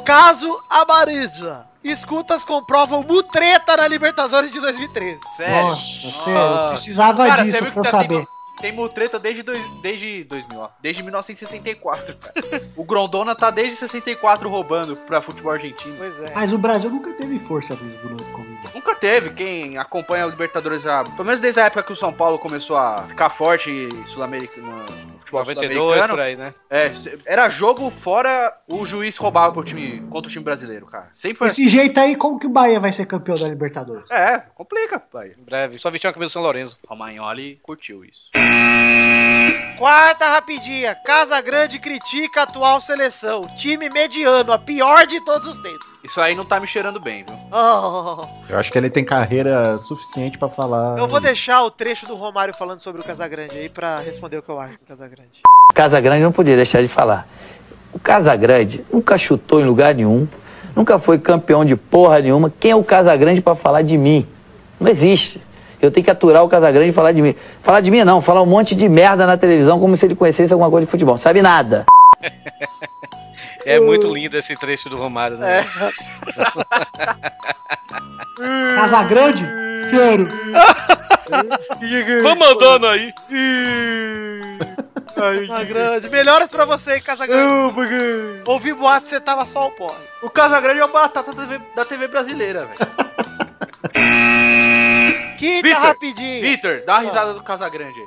D: Caso Amarídia. Escutas comprovam mutreta na Libertadores de 2013.
C: Sério.
F: Nossa, sério, eu precisava
C: Ah. Cara,
F: disso
C: você viu
F: pra
C: que
F: eu
C: tá
F: saber.
C: tendo, tem mutreta desde, dois, desde 2000, ó. Desde 1964, cara. o Grondona tá desde 64 roubando pra futebol argentino.
D: Pois é.
F: Mas o Brasil nunca teve força mesmo né, no Covid.
C: Nunca teve quem acompanha o Libertadores, há, pelo menos desde a época que o São Paulo começou a ficar forte sul-americano. no Futebol
E: 92 por
C: sul-americano.
E: aí, né?
C: É, cê- era jogo fora o juiz roubava pro time, contra o time brasileiro, cara. Sempre foi assim.
F: Desse jeito aí, como que o Bahia vai ser campeão da Libertadores?
C: É, complica, pai.
E: Em breve. Só vestiu uma camisa do São Lourenço.
C: Romagnoli curtiu isso.
D: Quarta rapidinha. Casa Grande critica a atual seleção. Time mediano, a pior de todos os tempos.
C: Isso aí não tá me cheirando bem, viu?
D: Oh,
G: Eu acho que ele tem carreira suficiente pra falar.
D: eu vou deixar o trecho do Romário falando sobre o Casagrande aí pra responder o que eu acho do Casagrande.
J: Casagrande não podia deixar de falar. O Casagrande nunca chutou em lugar nenhum, nunca foi campeão de porra nenhuma. Quem é o Casagrande pra falar de mim? Não existe. Eu tenho que aturar o Casagrande e falar de mim. Falar de mim não, falar um monte de merda na televisão como se ele conhecesse alguma coisa de futebol. Sabe nada.
E: É muito lindo esse trecho do Romário, né?
F: É.
E: velho?
F: Casa Grande? Quero.
E: Vamos mandando aí.
D: (laughs) Casagrande. Melhoras pra você, hein, Casagrande. Ouvi boato, você tava só o porre.
C: O Casagrande é o batata da TV, da TV brasileira, velho.
D: Quinta
C: Vitor,
D: rapidinha.
C: Vitor, dá uma risada do Casagrande aí.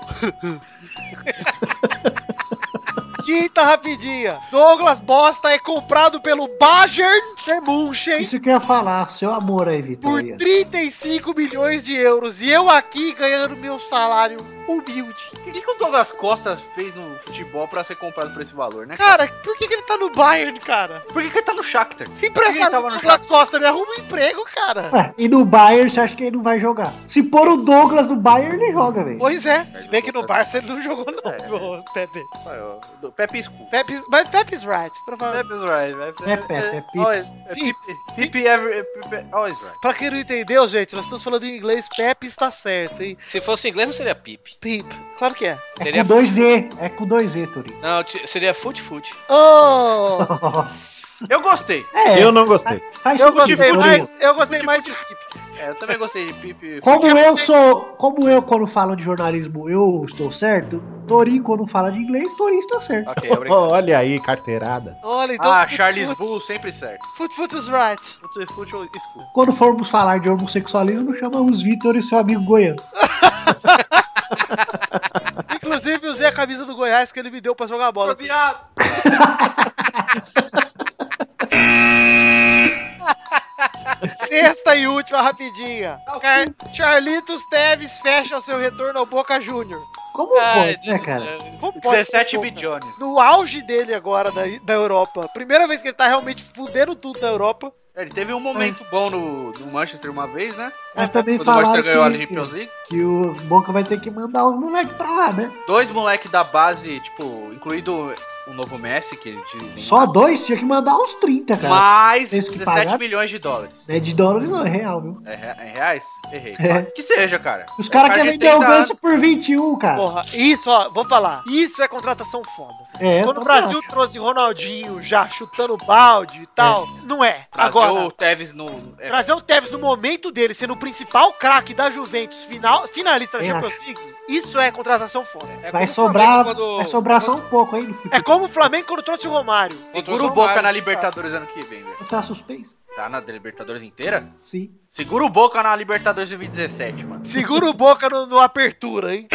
D: Quinta rapidinha. Douglas Bosta é comprado pelo Bayern de München
F: Isso que eu ia falar, seu amor aí, Vitor.
D: por 35 milhões de euros. E eu aqui ganhando meu salário humilde.
C: O que, que o Douglas Costa fez no futebol pra ser comprado por esse valor, né?
D: Cara, por que, que ele tá no Bayern, cara?
C: Por que, que ele tá no Shakhtar? Ele
D: Empresário
C: tava
D: do
C: no
D: Douglas Costa, me arruma um emprego, cara.
F: Ué, É, e no Bayern, você acha que ele não vai jogar? Se pôr o Douglas no Bayern, ele joga, velho.
D: Pois é, se bem que no Barça ele não jogou não, meu pé dele.
C: Ah, eu- Pepe School.
D: Pepe's, mas Pepe's Right, provavelmente.
C: Pepe's right, vai.
F: É Pepe, é Pepe.
C: Always- é Pepe. Pepe every- Pepe always right.
D: Pra quem não entendeu, gente, nós estamos falando em inglês, Pepe está certo, hein?
E: Se fosse em inglês, não seria Pip.
D: Pip, claro que é.
F: É
E: Seria-
F: com dois E. É com dois E, Turi.
E: Não, ti- seria Foot Foot.
C: (laughs)
D: Oh!
F: Nossa.
C: Eu gostei.
F: É,
G: Eu não gostei.
F: tá
D: Eu
F: escrito
D: gostei
F: Turi.
D: mais, eu gostei mais de Pip.
C: É, eu também gostei de Pepe.
F: Como eu sou. Como eu, quando falam de jornalismo, eu estou certo. Tori, quando fala de inglês, Tori está certo.
E: Ok,
G: Oh,
E: obrigado.
G: olha aí, carteirada.
D: Olha, então.
C: Ah,
D: Foot
C: Charles
D: Foots-
C: Bull sempre certo.
D: Foot Foot is right.
C: Foot Foot School.
F: Quando formos falar de homossexualismo, chamamos Vitor e seu amigo goiano.
D: Inclusive, usei a camisa do Goiás que ele me deu pra jogar bola. assim. Sexta e última, rapidinha.
C: Tá
D: Car- Charlitos Teves fecha o seu retorno ao Boca Júnior.
F: Como
E: Ai,
F: pode, né, cara?
E: Deus do céu.
D: Como pode
C: 17
D: ser,
C: B.
D: cara?
C: Jones.
D: No auge dele agora, da, da Europa. Primeira vez que ele tá realmente fudendo tudo na Europa.
C: Ele teve um momento bom no, no Manchester uma vez, né?
F: Mas também
C: Quando o Manchester
F: falaram
C: ganhou a
F: que,
C: Champions League.
F: que o Boca vai ter que mandar os moleques pra lá, né?
C: Dois moleques da base, tipo, incluído o novo Messi, que dizem.
F: Só dois? Tinha que mandar uns 30, cara.
C: mais
F: tem que
C: 17
F: pagar.
C: milhões de dólares.
F: Não É de dólares não, é real, viu?
C: É, re- é reais? Errei.
F: É.
C: Que seja, cara. É
F: Os caras
C: cara
F: querem
C: de
F: vender o
C: 30
F: ganso por 21, cara.
D: Porra, isso, ó, vou falar. Isso é contratação foda.
F: é, eu
D: Quando o
F: também
D: Brasil
F: acho.
D: trouxe Ronaldinho já chutando balde e tal, não é.
C: Trazer
D: Agora,
C: o Tevez no. é,
D: trazer o Tevez no momento dele, sendo o principal craque da Juventus, final, finalista da
F: Eu
D: Champions League, isso é contratação foda.
E: É como
F: Vai
E: o
F: sobrar,
E: Flamengo quando-
F: vai sobrar só um pouco aí no futuro.
D: É como o Flamengo quando trouxe o Romário.
C: Segura o Boca na Libertadores ano que vem, velho.
F: Tá suspenso?
C: Tá na Libertadores inteira?
F: Sim.
C: Segura o Boca na Libertadores 2017, mano.
D: Segura o Boca no, no apertura, hein?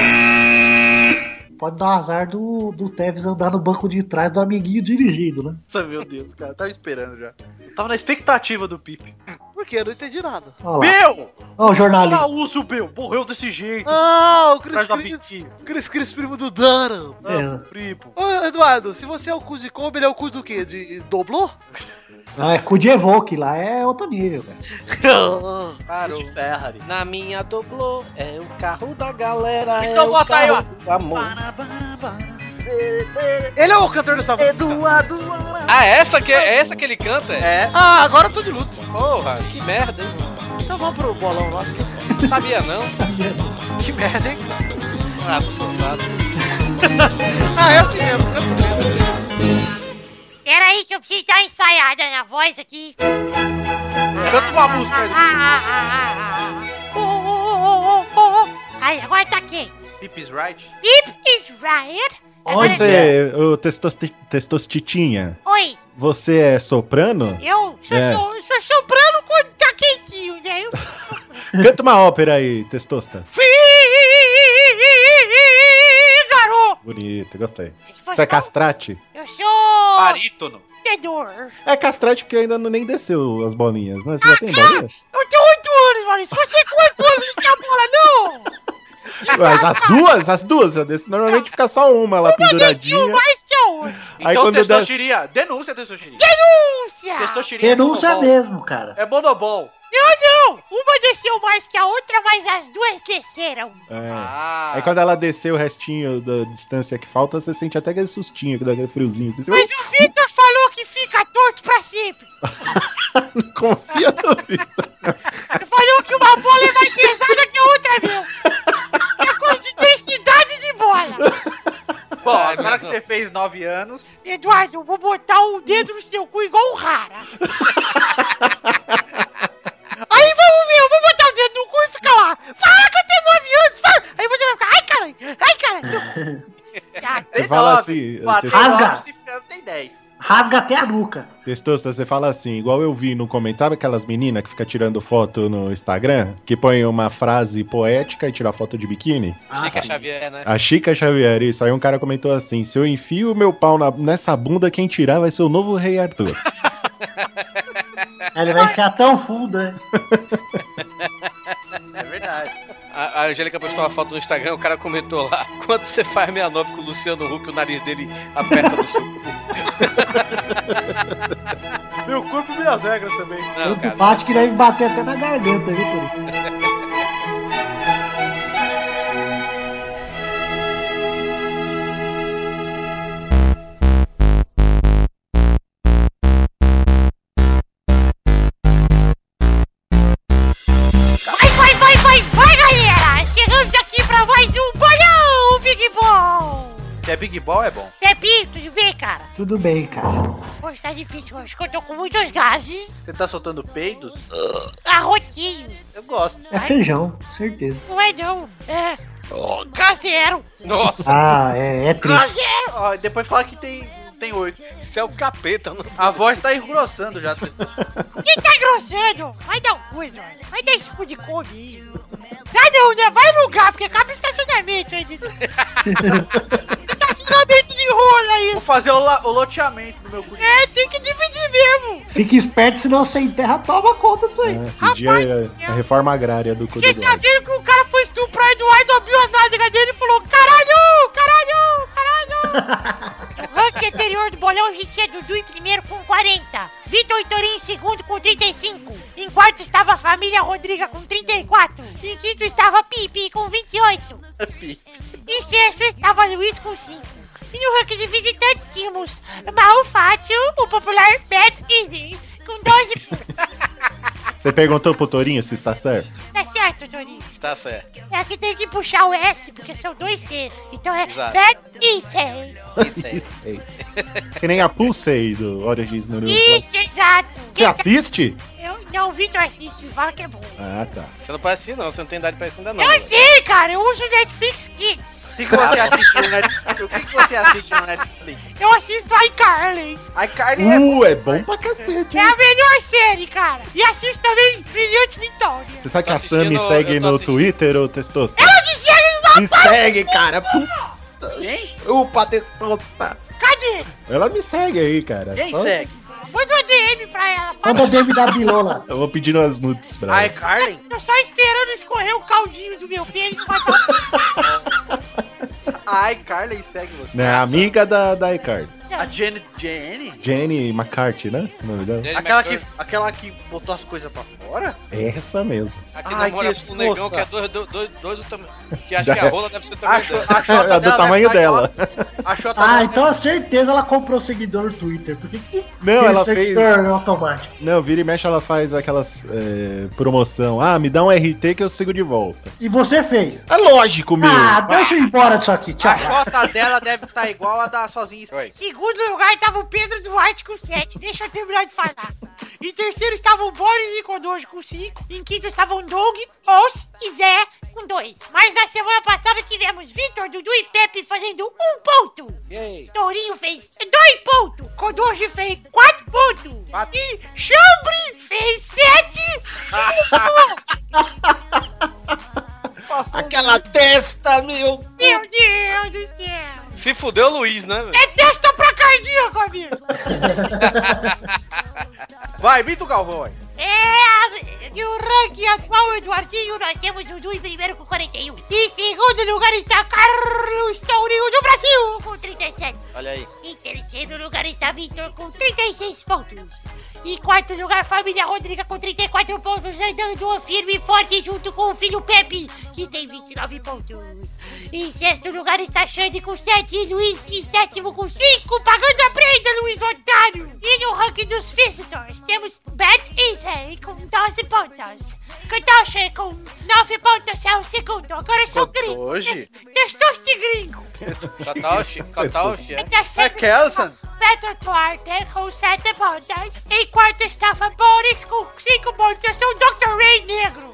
F: Pode dar o azar do, do Tevez andar no banco de trás do amiguinho dirigindo, né?
C: Nossa, meu Deus, cara. Tava esperando já. Eu tava na expectativa do Pipe.
D: Porque eu não entendi nada.
F: Olha lá.
C: Meu!
F: Olha o jornalista.
C: Araújo, meu! Morreu desse jeito.
D: Ah, o Cris
C: Atrás da
D: Cris.
C: biquinha.
D: Cris Cris, primo do Dano.
F: É.
C: Primo.
D: Ô, Eduardo, se você é o cu de combo, ele é o cu do quê? De doblô?
F: Ah, é com o Dievoque lá, é outro nível, cara.
E: Parou.
C: De Ferrari.
E: Na minha doblô, é o carro da galera.
D: Então
E: é o
D: bota aí,
E: carro do amor.
D: (laughs) ele é o cantor dessa música.
E: Ah, essa que, é essa que ele canta? É.
D: Ah, agora eu tô de luto.
E: Porra, que merda, hein?
D: Então vamos pro bolão lá.
E: (laughs) Não sabia não.
D: Que merda, hein?
E: Ah, tô cansado.
D: Ah, é assim mesmo. canto mesmo.
K: Pera aí que eu preciso dar uma ensaiada na voz aqui.
C: É. Canta uma música aí.
K: Ah, ah, ah, ah, ah. Oh, oh, oh, oh, oh. Aí, agora tá quente.
C: Pipe's right.
K: Pip is right. Agora-
G: Você, o testosti- testostitinha,
K: Oi,
G: você é
K: (laughs)
G: soprano?
K: eu sou,
G: É.
K: sou, sou soprano quando tá quentinho, né?
G: (laughs)
K: Eu...
G: Canta uma ópera aí, testosta.
K: Fígaro!
G: Bonito, gostei.
K: Se fosse
G: Você é
K: bom,
G: castrate?
K: Eu sou...
C: Barítono.
K: Tenor.
G: É castrate porque ainda não, nem desceu as bolinhas, né? Você já tem bolinha?
K: Eu tenho oito anos, Maurício. Você com oito anos não tem a bola, não?
G: Mas as duas, as duas já desce. Normalmente fica só uma lá
K: Um
G: penduradinha.
K: mais que a outra.
G: Aí
C: então,
G: quando
C: testosteria. Denúncia, testosteria.
K: Lúcia.
C: Testosteria é
F: Denúncia
C: monobol.
F: mesmo, cara.
C: É monobol.
K: Não, uma desceu mais que a outra, mas as duas desceram.
G: É.
C: Ah.
G: Aí quando ela descer o restinho da distância que falta, você sente até aquele sustinho, aquele friozinho. Você
K: Mas
G: (laughs)
K: o Vitor falou que fica torto pra sempre.
G: não confia no Vitor.
K: Ele falou que uma bola é mais pesada que a outra, meu. É coisa de densidade de bola.
C: Bom, agora que você fez 9 anos,
K: Eduardo, eu vou botar o dedo no seu cu igual o Rara. Aí vamos ver, eu vou botar o dedo no cu e ficar lá. Fala que eu tenho nove anos, fala. Aí você vai ficar, ai caralho, ai caralho. Tá,
G: Você
C: Tem
G: fala
C: nove,
G: assim,
C: bateu
G: testosta-
F: Rasga.
C: nove, se ficar, tem 10.
F: Rasga até a nuca.
G: Testosta, você fala assim, igual eu vi no comentário aquelas meninas que ficam tirando foto no Instagram, que põem uma frase poética e tira foto de biquíni.
F: Ah,
E: Chica
F: sim.
E: Xavier, né?
G: A Chica Xavier, isso. Aí um cara comentou assim: se eu enfio meu pau na- nessa bunda, quem tirar vai ser o novo Rei
K: (laughs)
G: Arthur.
F: Ele vai enfiar tão fundo, né?
C: É verdade.
E: A, a Angélica postou uma foto no Instagram, o cara comentou lá. (laughs) Quando você faz 69 com o Luciano Huck, o nariz dele aperta no seu cu.
C: Meu corpo e minhas regras também.
E: Não,
F: Tanto
E: cara.
F: bate que deve bater até na garganta, viu, Turi?
K: um
C: Se é Big Ball, é bom.
K: Pepe, tudo bem, cara?
F: Tudo bem, cara.
K: Hoje tá difícil, hoje que eu tô com muitos gases,
C: Você tá soltando peidos?
K: arrotinhos.
C: Eu gosto.
F: É feijão, certeza.
K: Não é não, é... Caseiro.
E: Nossa.
F: Ah, é, é triste.
K: Caseiro.
C: Ó, e depois fala que tem tem oito.
E: Isso é o capeta. Não...
C: A voz tá engrossando já.
K: Quem tá grossando? Vai dar um cu, Jorge. Vai dar esse cu de come. Dá não, né? Vai alugar, porque cabe estacionamento aí. nisso. estacionamento de rola
C: Vou
K: isso.
C: fazer o, la- o loteamento do meu cu.
K: É, tem que dividir mesmo.
F: Fique esperto, senão você enterra, toma conta disso aí.
G: Pedir é a, a reforma agrária do
K: Vocês
G: Codiguai.
K: sabiam que é o cara foi estuprar Eduardo, abriu as nádegas dele e falou: caralho, caralho, caralho. No ranking anterior do bolão, a gente tinha Dudu em primeiro com 40, Vitor e Torinho em segundo com 35, em quarto estava a família Rodriga com 34, em quinto estava Pipi com 28, em sexto estava Luiz com 5. E no ranking de visitantes tínhamos Malfátio, o popular Bad Eating, com 12 pontos.
G: Você perguntou pro Torinho se está certo?
K: Tá certo, Torinho?
E: Está Tá certo.
K: É que tem que puxar o S, porque são dois T. Então é
E: Exato.
K: Bad Insane.
E: Isso aí.
G: Isso aí. que nem a Pulsei do Origins no Uruguai.
K: Isso, exato.
G: Você assiste?
K: Eu não, o Vitor assiste e fala que é bom.
G: Ah, tá.
E: Você não parece assim, não, você não tem idade pra isso ainda não.
K: Eu sei, cara, eu uso Netflix Kids.
C: O que, que você assiste no Netflix? O que, que você assiste no Netflix?
K: Eu assisto iCarly.
C: A Carly é.
G: Uh, é bom pra cacete.
K: É
G: hein?
K: a melhor série, cara. E assisto também Brilhante Vitória.
G: Você sabe que
E: Tô
G: a Sammy
E: assistindo,
G: segue
E: eu tô
G: no
E: assistindo.
G: Twitter ou testos?
K: Ela dizia que
G: Me segue, cara. Puta.
C: Quem?
G: Upa, testosta.
K: Cadê?
G: Ela me segue aí, cara.
C: Quem
G: Só-
C: segue?
K: Manda uma DM pra ela.
F: Manda David da Bilola.
G: Eu vou pedir umas nudes pra
C: A
G: ela.
C: Carly?
K: Tô só esperando escorrer o caldinho do meu pênis pra
C: A iCarly segue você.
G: Né, a amiga da, da iCard.
K: um
C: A Jenny. Jenny?
G: Jenny McCarthy, né? O nome dela?
C: Aquela que, aquela que botou as coisas pra fora?
G: É essa mesmo.
E: Aqui
C: Ai,
E: namora
C: que
E: com um negão
C: exposta.
E: que é dois, dois, dois, dois do tamanho. Que (laughs) acha que a rola deve ser o tamanho
C: Acho,
E: dela.
C: a tá
G: É,
C: Xota
G: do tamanho dela.
C: A Xota
F: Ah, então a certeza ela comprou seguidor no Twitter. Por que que
G: Não,
F: tem
G: ela fez.
F: seguidor é automático?
G: Não, vira e mexe, ela faz aquelas é, promoção. Ah, me dá um RT que eu sigo de volta.
F: E você fez.
G: É lógico, meu.
F: Ah, deixa eu ir embora disso aqui, tchau.
C: A Xota dela deve estar igual a da sozinha.
E: Oi.
K: Segundo lugar estava o Pedro Duarte com 7. Deixa eu terminar de falar. Em terceiro estavam Boris e Codojo com 5. Em quinto estavam Doug, Os e Zé com 2. Mas na semana passada tivemos Vitor, Dudu e Pepe fazendo 1 um ponto. Tourinho fez 2 pontos. Codojo fez 4 pontos. E Chambre fez 7.
E: Aquela testa, meu.
K: Meu Deus do céu.
E: Se fudeu o Luiz, né, velho?
K: É testa pra cardíaco, amigo.
C: Vai, Mito Galvão aí.
K: É, no ranking atual, Eduardinho, nós temos o Du em primeiro com 41. Em segundo lugar está Carlos Tourinho do Brasil com 37.
E: Olha aí.
K: Em terceiro lugar está Vitor com 36 pontos. Em quarto lugar, Família Rodriga com 34 pontos, andando firme e forte junto com o filho Pepe, que tem 29 pontos. Em sexto lugar está Xande com 7 e Luiz em sétimo com 5, pagando a prenda, Luiz Otário. E no ranking dos visitors, temos Bad Easy com 12 pontos. Kadoshi com 9 pontos é o segundo, agora eu sou gringo.
C: Kodoshi?
K: Testoste gringo.
E: (laughs) Catauchi, Catauchi, é.
C: É Kelson.
K: Pedro Duarte com 7 pontos. Em quarto estava Boris com 5 pontos. Eu sou o Dr. Ray Negro.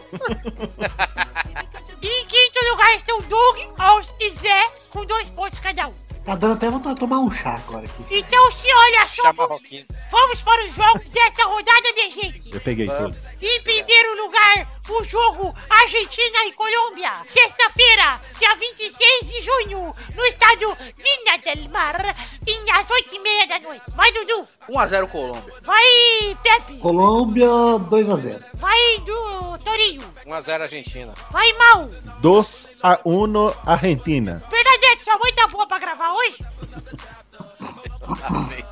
K: e em quinto lugar estão Doug, Oz e Zé com 2 pontos cada um.
F: Tá dando até vontade de tomar um chá agora aqui.
K: Então se olha só,
E: Chama a
K: vamos,
E: Roquinha.
K: vamos para o jogo dessa rodada, minha gente.
G: Eu peguei tudo.
K: Em primeiro lugar, o jogo Argentina e Colômbia. Sexta-feira, dia 26 de junho, no estádio Vinha del Mar, em às 8h30 da noite. Vai, Dudu.
C: 1x0 Colômbia.
K: Vai, Pepe.
F: Colômbia 2x0.
K: Vai, do Torinho.
E: 1x0 Argentina.
K: Vai, Mal.
G: 2 a 1 Argentina.
K: Bernadette, sua mãe tá boa pra gravar hoje?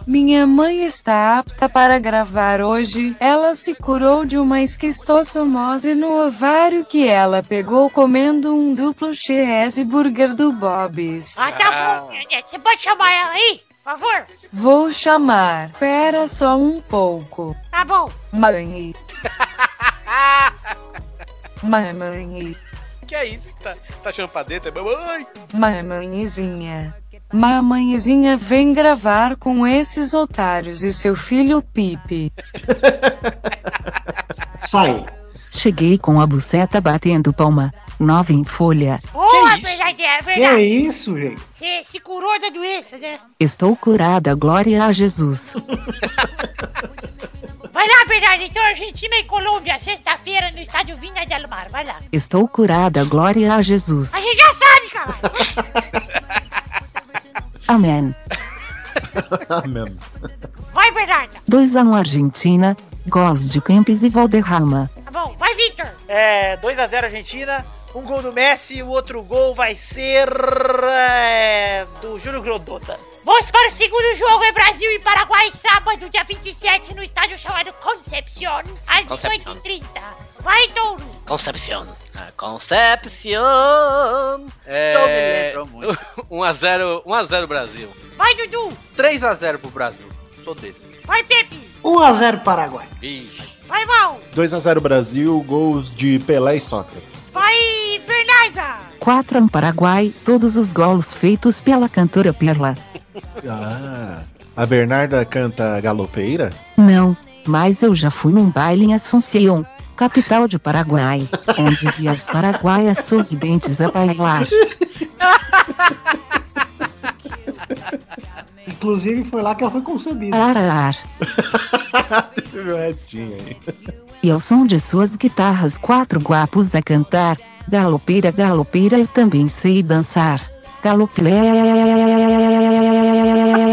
L: Minha mãe está apta para gravar hoje. Ela se curou de uma esquistossomose no ovário que ela pegou comendo um duplo cheeseburger do Bob's.
K: Ah, tá bom, Bernadette. Você pode chamar ela aí, por favor?
L: Vou chamar. Pera só um pouco.
K: Tá bom.
L: Mãe. Mamãe.
E: Que é isso? Tá, tá chamando pra dentro? É mamãe.
L: Mamãezinha. Mamãezinha vem gravar com esses otários e seu filho Pipe.
F: Sai.
M: Cheguei com a buceta batendo palma. Nove em folha.
K: Boa, Bernadette, é
F: Que é
K: verdade.
F: isso, gente?
K: Você se curou da doença, né?
M: Estou curada, glória a Jesus.
K: Vai lá, Bernardo, então Argentina e Colômbia, sexta-feira no estádio Vinha del Mar, vai lá.
M: Estou curada, glória a Jesus.
K: A gente já sabe, cara.
M: Amém.
G: Amém.
K: Vai, Bernardo.
M: 2 a 1 Argentina. Gols de Kempis e Valderrama.
K: Tá bom, vai, Victor.
D: É, 2x0 Argentina. Um gol do Messi, o outro gol vai ser é, do Júlio Grondota.
K: Vamos para o segundo jogo, é Brasil e Paraguai, sábado, dia 27, no estádio chamado Concepción, às
N: Concepción.
K: 18h30. Vai, Douro.
N: Concepción. Ah, Concepción.
C: Então,
E: Não me lembro muito. 1x0, 1x0 Brasil.
K: Vai, Dudu.
C: 3x0 pro Brasil. Sou deles.
K: Vai, Pepe.
F: 1x0 Paraguai.
E: Vixe.
K: Vai, Mal.
G: 2x0 Brasil, gols de Pelé e Sócrates.
K: Vai, Bernarda.
M: 4 a 1 Paraguai. Todos os gols feitos pela cantora Perla.
G: Ah, a Bernarda canta galopeira?
M: Não, mas eu já fui num baile em Assunción, capital de Paraguai, onde vi as paraguaias sorridentes a bailar.
F: Inclusive foi lá que ela foi concebida.
M: Ararar.
G: Teve o restinho aí.
M: E ao som de suas guitarras, quatro guapos a cantar. Galopeira, galopeira, eu também sei dançar.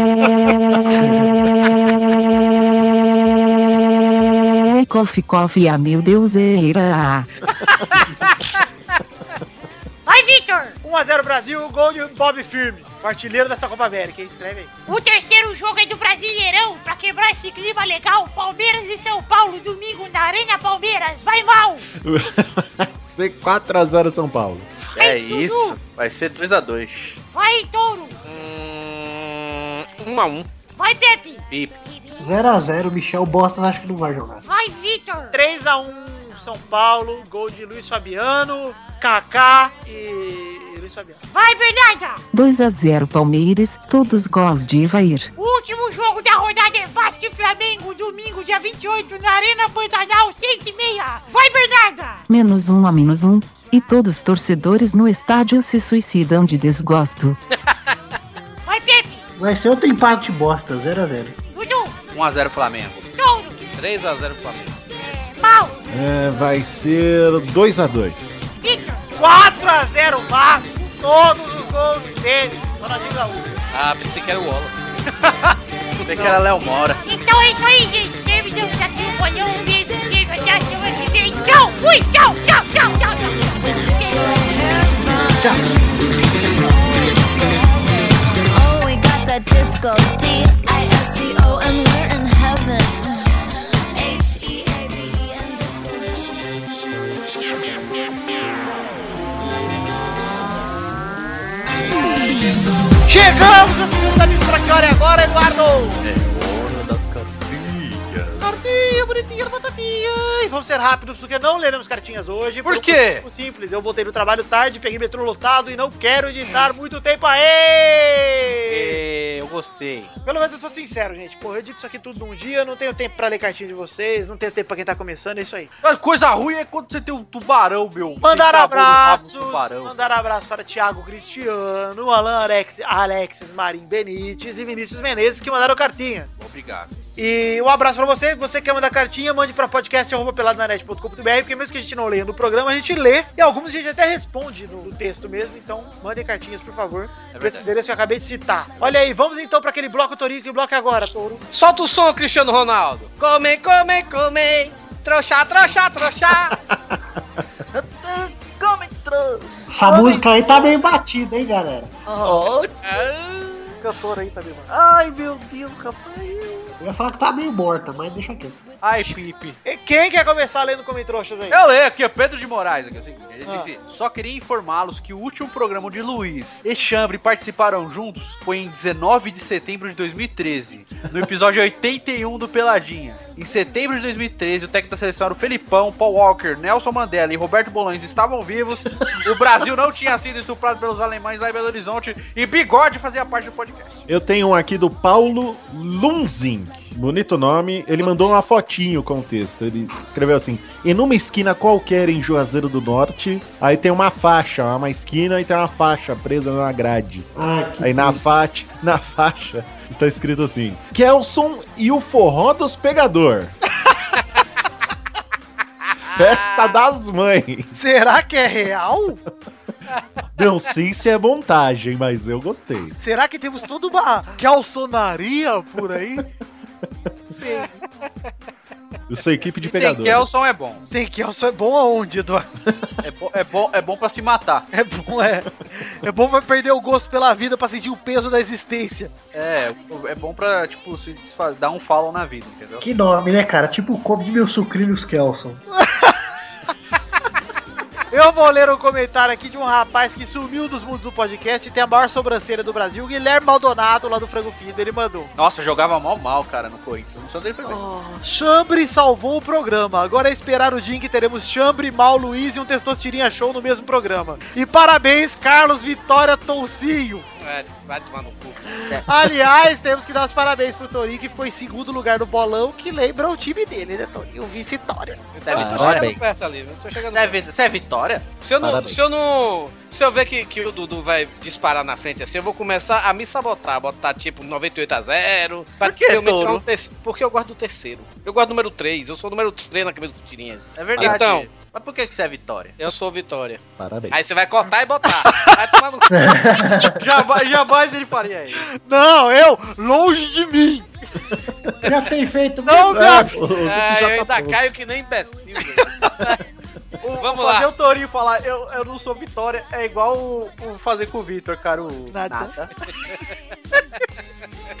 M: Galopeira. (laughs) Coffee, coffee, ah meu Deus, era.
K: Vai, Victor.
D: 1x0 Brasil, gol de Bob Firme, o artilheiro dessa Copa América, hein? Escreve aí.
K: O terceiro jogo é do Brasileirão, pra quebrar esse clima legal, Palmeiras e São Paulo, domingo na Arena Palmeiras. Vai, Mal.
G: Ser 4x0 São Paulo.
C: É isso. Vai ser 2x2.
K: Vai, Touro.
E: 1x1.
K: Vai, Pepe.
F: Ah. 0x0, Michel Bostas acho que não vai jogar.
K: Vai, Victor.
D: 3x1 São Paulo, gol de Luiz Fabiano, Kaká e Luiz Fabiano.
K: Vai, Bernarda.
M: 2 a 0 Palmeiras, todos gols de Evair.
K: O último jogo da rodada é Vasco e Flamengo, domingo, dia 28, na Arena Pantanal, 6 e meia. Vai, Bernarda!
M: Menos um a menos um, e todos os torcedores no estádio se suicidam de desgosto.
K: (laughs) Vai, Pepe!
F: Vai ser outro empate bosta, 0x0.
K: Dudu!
C: 1x0 Flamengo.
K: Touro!
E: 3x0 Flamengo.
K: Mal!
G: É, vai ser 2x2.
K: Victor!
D: 4x0 Vasco, todos os gols dele. Ronaldinho Gaúcho.
E: Ah, pensei que era o Wallace.
C: (laughs) Pensei que era Léo Mora.
K: Então é isso aí, gente. Terminamos aqui o bolão. Um beijo, beijo. Até a semana que vem. Tchau! Fui! Tchau, tchau, tchau, tchau, tchau! Tchau!
O: Oh, we got that disco D I S C O, and we're in heaven. H E A V E N.
D: Chegamos ao segundo da mistura que hora é agora, Eduardo! Cartinha, bonitinha, batatinha! E vamos ser rápidos porque não leremos cartinhas hoje.
C: Por
D: um
C: quê?
D: motivo Simples, eu voltei do trabalho tarde, peguei metrô lotado e não quero editar muito tempo aí!
C: Eu gostei.
D: Pelo menos eu sou sincero, gente. Porra, eu edito isso aqui tudo num dia, não tenho tempo pra ler cartinha de vocês, não tenho tempo pra quem tá começando, é isso aí.
C: Mas coisa ruim é quando você tem um tubarão, meu.
D: Mandar
C: Tem sabor no rabo do
D: abraços,
C: tubarão.
D: mandar abraço para Thiago Cristiano, Alan Alex, Alexis Marim Benites e Vinícius Menezes que mandaram cartinha.
C: Obrigado.
D: E um abraço pra você. você quer mandar cartinha, mande pra podcast.peladananet.com.br, porque mesmo que a gente não leia no programa, a gente lê e algumas a gente até responde no, no texto mesmo. Então, mandem cartinhas, por favor. pra esse endereço que eu acabei de citar. Olha aí, vamos então pra aquele bloco, Torinho, que bloco é agora, Touro.
E: Solta o som, Cristiano Ronaldo. Come, come, come. Trouxa, trouxa, trouxa.
C: (laughs)
F: Essa música aí tá meio batida, hein, galera?
E: Ah,
D: cantora aí também, mano.
B: Ai, meu Deus, Rafael.
F: Eu ia falar que tá meio morta, mas deixa quieto.
C: Ai, Pipe.
D: E Quem quer começar lendo comentários aí?
C: Eu leio aqui, é Pedro de Moraes. Aqui, é o seguinte, ele
D: Ah.
C: disse: Só queria informá-los que o último programa de Luiz e Chambre participaram juntos foi em 19 de setembro de 2013, no episódio 81 do Peladinha. Em setembro de 2013, o técnico da seleção era o Felipão, Paul Walker, Nelson Mandela e Roberto Bolões estavam vivos. O Brasil não tinha sido estuprado pelos alemães lá em Belo Horizonte e Bigode fazia parte do podcast.
G: Eu tenho um aqui do Paulo Lunzing. Bonito nome. Ele mandou uma fotinho com o texto. Ele escreveu assim: Em uma esquina qualquer em Juazeiro do Norte, aí tem uma faixa, uma esquina e tem uma faixa presa na grade.
F: Ah,
G: aí na, fati, (laughs) na faixa está escrito assim: Kelson e o forró dos pegador. (laughs) Festa das mães.
D: Será que é real?
G: Não sei se é montagem, mas eu gostei.
D: Será que temos toda uma calçonaria por aí? Sim.
G: Eu
C: (laughs)
G: sou equipe de
C: Tem
G: pegador.
C: Kelson é bom.
D: Tem Kelson é bom aonde, Eduardo?
C: É, bo é, bom é bom pra se matar.
D: É bom, é. É bom pra perder o gosto pela vida, pra sentir o peso da existência.
C: É, é bom pra, tipo, se desfaz- dar um follow na vida, entendeu?
F: Que nome, né, cara? Tipo, come meus sucrilhos, Kelson.
D: Eu vou ler um comentário aqui de um rapaz que sumiu dos mundos do podcast e tem a maior sobrancelha do Brasil, Guilherme Maldonado, lá do Frango Fido, ele mandou.
C: Nossa, jogava mal mal, cara, no Corinthians. Não sei onde ele foi. bem.
D: Chambre salvou o programa. Agora é esperar o dia em que teremos Chambre, Mal Luiz e um Testosterinha Show no mesmo programa. E parabéns, Carlos Vitória Toucinho.
E: É, vai tomar no cu.
D: Aliás, temos que dar os parabéns pro Torinho, que foi em segundo lugar no bolão, que lembra o time dele, né, Torinho? O Vitória.
E: Deve, tô
G: Parabéns.
E: chegando perto ali, não tô chegando
C: Deve, você é Vitória?
E: Se eu não.
G: Parabéns.
E: Se eu, não, se eu ver que, que o Dudu vai disparar na frente assim, eu vou começar a me sabotar. Botar tipo 98 a 0. Pra
C: Por que,
E: realmente
C: Touro?
E: ficar um terce- Porque eu gosto do terceiro. Eu gosto do número 3. Eu sou o número 3 na cabeça dos tirinhas.
C: É verdade. É.
E: Então.
C: Mas por que que você é Vitória?
E: Eu sou Vitória.
G: Parabéns.
E: Aí você vai cortar
C: (laughs)
E: e botar. Vai tomar no cu.
C: jamais, jamais ele faria isso.
D: Não, eu, longe de mim.
F: Já tem feito.
G: (laughs)
D: Não,
G: Ah,
D: meu.
G: pô, você
E: Ah,
G: já
E: eu ainda
G: tá pronto.
E: caio que nem imbecil. velho. Vamos
C: Fazer
E: lá.
C: o Torinho falar, eu, eu não sou Vitória, é igual o, o fazer com o Vitor, cara. O
D: Nada.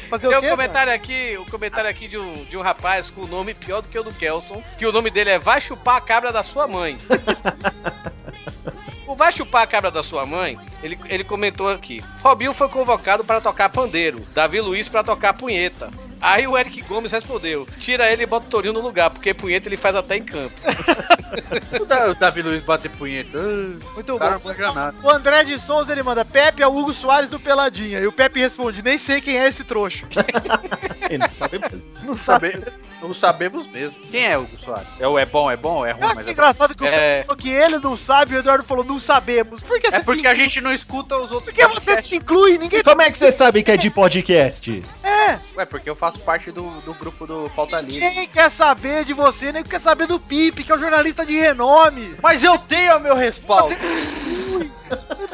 D: Fazer
E: Tem
D: o
E: um
D: quê?
E: comentário aqui, um comentário aqui de um, de um rapaz com o nome pior do que o do Kelson, que o nome dele é Vai Chupar a Cabra da Sua Mãe. o Vai Chupar a Cabra da Sua Mãe, ele, ele comentou aqui. Robinho foi convocado para tocar pandeiro, Davi Luiz para tocar punheta. Aí o Eric Gomes respondeu: tira ele e bota o Torinho no lugar, porque punheta ele faz até em campo.
C: O, Da- o Davi Luiz bater punheta. Ah,
D: Muito
C: O cara não
D: bom.
C: manja nada.
D: O André de Souza ele manda Pepe é o Hugo Soares do Peladinha. E o Pepe responde: Nem sei quem é esse trouxa.
G: Ele não sabe mesmo.
D: Não sabe.
C: Sabe- não sabemos mesmo. Quem é o Hugo Soares? É, o é bom, é bom, é
D: Eu
C: ruim,
D: acho
C: mas é bom.
D: engraçado que o
E: É.
D: Pepe falou que ele não sabe e o Eduardo falou: Não sabemos. Por que
C: É
D: você
C: porque
D: se...
C: a gente não escuta os
D: Por
C: outros
D: que você se inclui?
C: (laughs)
D: Ninguém.
G: Como é que você sabe que é de podcast?
C: Ué, é, porque eu faço parte do, do grupo do Falta Livre.
D: Ninguém quer saber de você, nem quer saber do Pipe, que é um jornalista de renome.
C: Mas eu tenho o meu respaldo.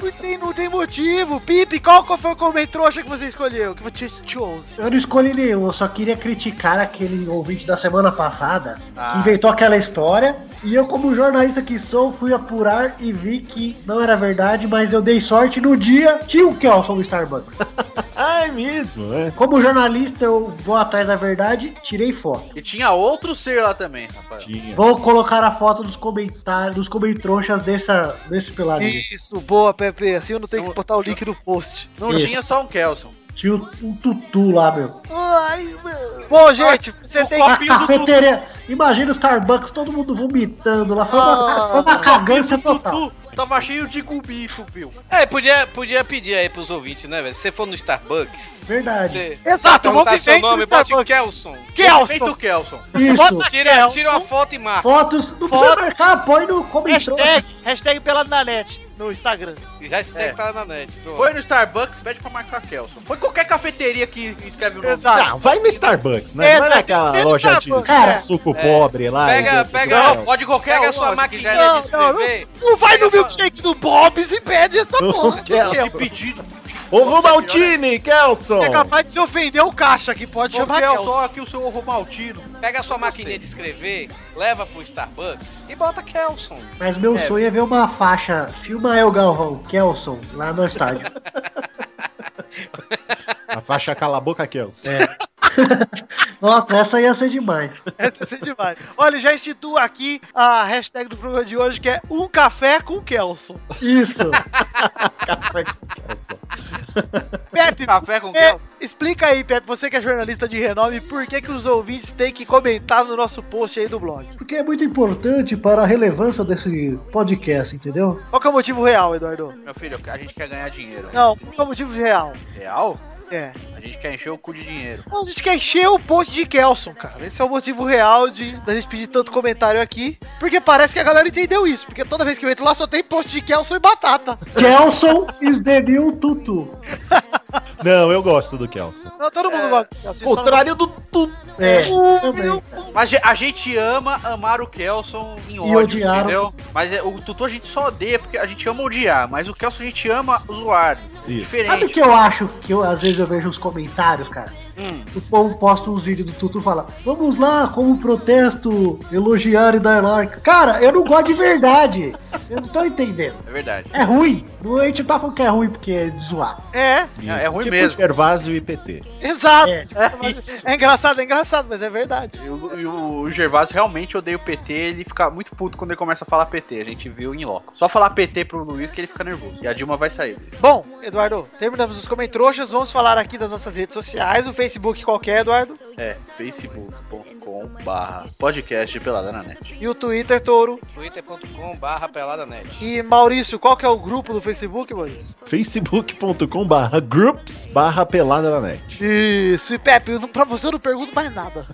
D: Não tem, não tem motivo. Pipe, qual que foi o comentário trouxa que você escolheu? Que você chose?
F: Eu não escolhi nenhum, eu só queria criticar aquele ouvinte da semana passada
C: Ah.
F: que inventou aquela história. E eu, como jornalista que sou, fui apurar e vi que não era verdade, mas eu dei sorte no dia. Tinha o Kelson do Starbucks.
G: Ah, é mesmo, é.
F: Como jornalista, eu vou atrás da verdade, tirei foto.
C: E tinha outro ser lá também, Rafael.
G: Tinha.
F: Vou colocar a foto dos comentários, dos comentrouxas dessa, desse peladinho.
D: Isso, boa, Pepe. Assim eu não tenho que botar o link no post.
C: Não
F: Isso.
C: tinha só um Kelson.
F: Tinha um, um tutu lá, meu.
D: Bom, gente, você tem
F: A cafeteria. Imagina o Starbucks, todo mundo vomitando lá. Foi
D: Ah.
F: uma, foi uma cagância total.
C: Tava cheio de cubicho, viu?
E: É, podia, podia pedir aí pros ouvintes, né, velho? Se você for no Starbucks,
F: Verdade.
E: você.
C: Tá,
D: Exato, vamos
E: Perguntar seu
D: viver
E: nome, bote Kelson.
D: é Kelson.
C: Feito Kelson.
F: Isso.
C: Ah,
E: Tira, tira uma foto e marca.
F: Fotos. Não precisa
D: é Foto.
F: marcar, põe no comentário.
D: Hashtag, hashtag pelado na net no Instagram.
E: Já se tem
C: É.
E: que falar na net. pronto.
C: Foi no Starbucks, pede pra marcar Kelson. Foi qualquer cafeteria que escreve o nome.
D: Exato.
G: Não, Ah, vai no Starbucks, né?
D: É,
G: vai naquela
D: tem no
G: loja de
D: Starbucks,
F: cara.
G: suco
E: É.
G: pobre lá.
E: Pega-
G: do- do-
E: pega-
G: do-
E: Não,
C: Pode qualquer
E: Pega
C: um,
E: sua
C: se
E: maquininha
C: quiser,
E: de escrever.
D: Não vai no milkshake do Bob's e pede essa
G: Não,
D: porra. de
G: Kelson.
D: Kelson.
C: Pedido.
G: Ovo Maltini, Kelson!
D: É capaz de se ofender o caixa que pode
C: Ô,
D: chamar
C: Kelson,
D: Kelson.
C: olha aqui um, o seu ovo maltino.
E: Pega a sua maquininha de escrever, leva pro Starbucks e bota Kelson.
F: Mas meu
E: É.
F: sonho é ver uma faixa. Filma El Galvão, Kelson, lá no estádio.
G: A faixa Cala a Boca É, Kelsey.
F: Nossa, essa ia ser demais.
D: Essa é demais. Olha, já instituo aqui a hashtag do programa de hoje, que é Um Café com Kelson.
F: Isso.
D: Pepe,
C: café com
D: é, explica aí, Pepe, você que é jornalista de renome, por que, que os ouvintes têm que comentar no nosso post aí do blog?
F: Porque é muito importante para a relevância desse podcast, entendeu?
D: Qual que é o motivo real, Eduardo?
C: Meu filho, a gente quer ganhar dinheiro.
D: Não, qual que é o motivo real?
C: Real?
D: É.
C: A gente quer encher o cu de dinheiro.
D: Não, a gente quer encher o post de Kelson, cara. Esse é o motivo real de da gente pedir tanto comentário aqui. Porque parece que a galera entendeu isso. Porque toda vez que eu entro lá só tem post de Kelson e batata.
F: Kelson is the new tutu.
G: Não, eu gosto do Kelsey.
D: Não, todo mundo gosta de Kelson.
G: Contrário do tudo.
F: É,
C: Mas a gente ama amar o Kelson em ódio,
F: odiar o-
C: entendeu? Mas é, o Tutu a gente só odeia porque a gente ama odiar, mas o Kelson a gente ama zoar.
G: Isso.
C: Diferente.
F: Sabe o que eu acho que eu, às vezes eu vejo os comentários, cara?
C: Hum.
F: O povo posta uns vídeos do Tutu e fala: Vamos lá, como protesto, elogiar e dar like. Cara, eu não gosto de verdade. Eu não tô entendendo.
C: É verdade.
F: É ruim. Não, a gente não tá falando que é ruim porque é de zoar.
D: É,
G: Isso.
C: É, é ruim
G: tipo
C: mesmo.
G: Gervásio e PT.
D: exato.
F: É.
D: É, engraçado, é engraçado, mas é verdade.
C: E o, e o- o Gervásio realmente odeia o PT, ele fica muito puto quando ele começa a falar PT, a gente viu em loco. Só falar PT pro Luiz que ele fica nervoso. E a Dilma vai sair. Luiz.
D: Bom, Eduardo, terminamos os comentroxas. Vamos falar aqui das nossas redes sociais. O Facebook qualquer, Eduardo.
C: É, facebook.com barra podcast pelada na net.
D: E o Twitter, Touro.
E: twitter.com barra peladanet.
D: E Maurício, qual que é o grupo do Facebook, Maurício?
G: facebook.com barra groups barra pelada na net.
D: Isso, e Pepe, eu não- pra você eu não pergunto mais nada.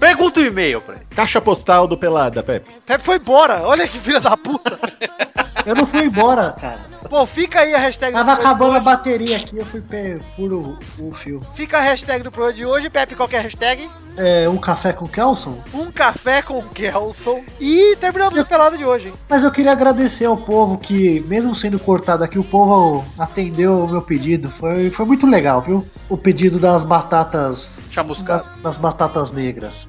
C: Pergunta o e-mail pra ele.
G: Caixa postal do Pelada, Pepe.
D: Pepe foi embora, olha que filha da
F: (laughs)
D: puta.
F: Eu não fui embora, cara.
D: Bom, fica aí a hashtag
F: Tava
D: do programa
F: acabando a
D: de hoje.
F: bateria aqui, eu fui pe- por o, o fio.
D: Fica a hashtag do programa de hoje, Pepe, qual que é a hashtag?
F: É, um café com Kelson?
D: Um café com o Kelson. E terminamos a pelada de
C: (laughs)
D: hoje. hein?
F: Mas eu queria agradecer ao povo que, mesmo sendo cortado aqui, o povo atendeu o meu pedido. Foi, foi muito legal, viu? O pedido das batatas.
C: Chamuscado.
F: Das, das batatas negras.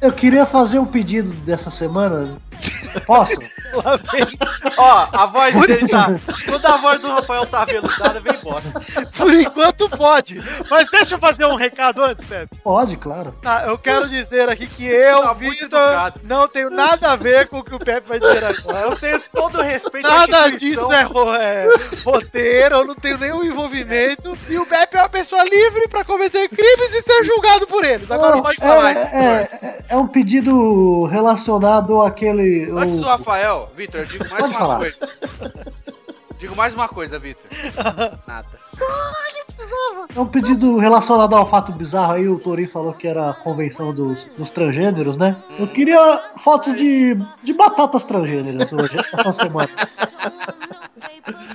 F: Eu queria fazer um pedido dessa semana. Posso?
C: Ó, a voz dele tá. Quando a voz do Rafael tá aveludada, vem embora.
D: Por enquanto pode. Mas deixa eu fazer um recado antes, Pepe.
F: Pode, claro.
D: Tá, eu quero dizer aqui que eu,
C: Tá muito
D: Vitor,
C: educado.
D: não tenho nada a ver com o que o Pepe vai dizer agora.
C: Eu tenho todo o respeito à
D: Nada
C: instituição.
D: disso é, ro- é roteiro, eu não tenho nenhum envolvimento. E o Pepe é uma pessoa livre pra cometer crimes e ser julgado por eles. Agora
F: Não,
D: pode
F: é,
D: falar.
F: é, é- é um pedido relacionado àquele.
C: Antes
F: o-
C: do Rafael, Vitor, eu digo mais
F: Pode
C: uma
F: falar.
C: coisa. Digo mais uma coisa, Vitor. Nada.
F: É um pedido relacionado ao fato bizarro aí, o Torin falou que era a convenção dos, dos transgêneros, né? Eu queria fotos de, de batatas transgêneras hoje, essa semana.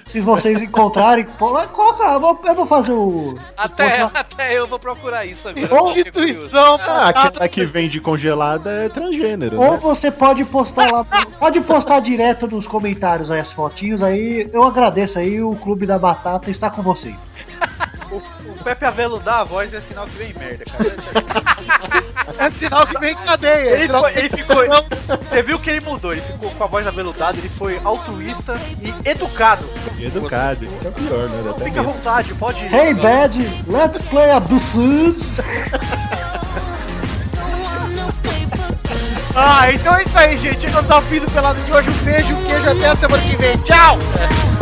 F: Se vocês encontrarem, colo- coloca, eu vou, eu vou fazer o.
E: Até,
F: Porra.
E: até eu vou procurar isso agora. fiquei curioso.
D: Instituição
G: Ah,
D: montada-
G: aquela que vende congelada é transgênero,
F: Ou
G: né?
F: você pode postar lá, pode postar direto nos comentários aí as fotinhos, aí eu agradeço aí, o Clube da Batata está com vocês.
C: O Pepe aveludar a voz é sinal que vem merda, cara.
D: é sinal que vem cadeia. é
C: Ele,
D: sinal
C: foi-
D: que-
C: ele ficou. Você viu que ele mudou? Ele ficou com a voz aveludada, ele foi altruísta e educado.
G: E educado, isso que é o pior, né? Dá
C: Então
G: até
C: fica à
G: medo.
C: vontade, pode ir.
F: Hey Bad, let's play a Bussud!
D: Ah, então é isso aí, gente. Chegamos ao fim do pelado de hoje. Um beijo, um queijo. Até a semana que vem. Tchau!
O: Thank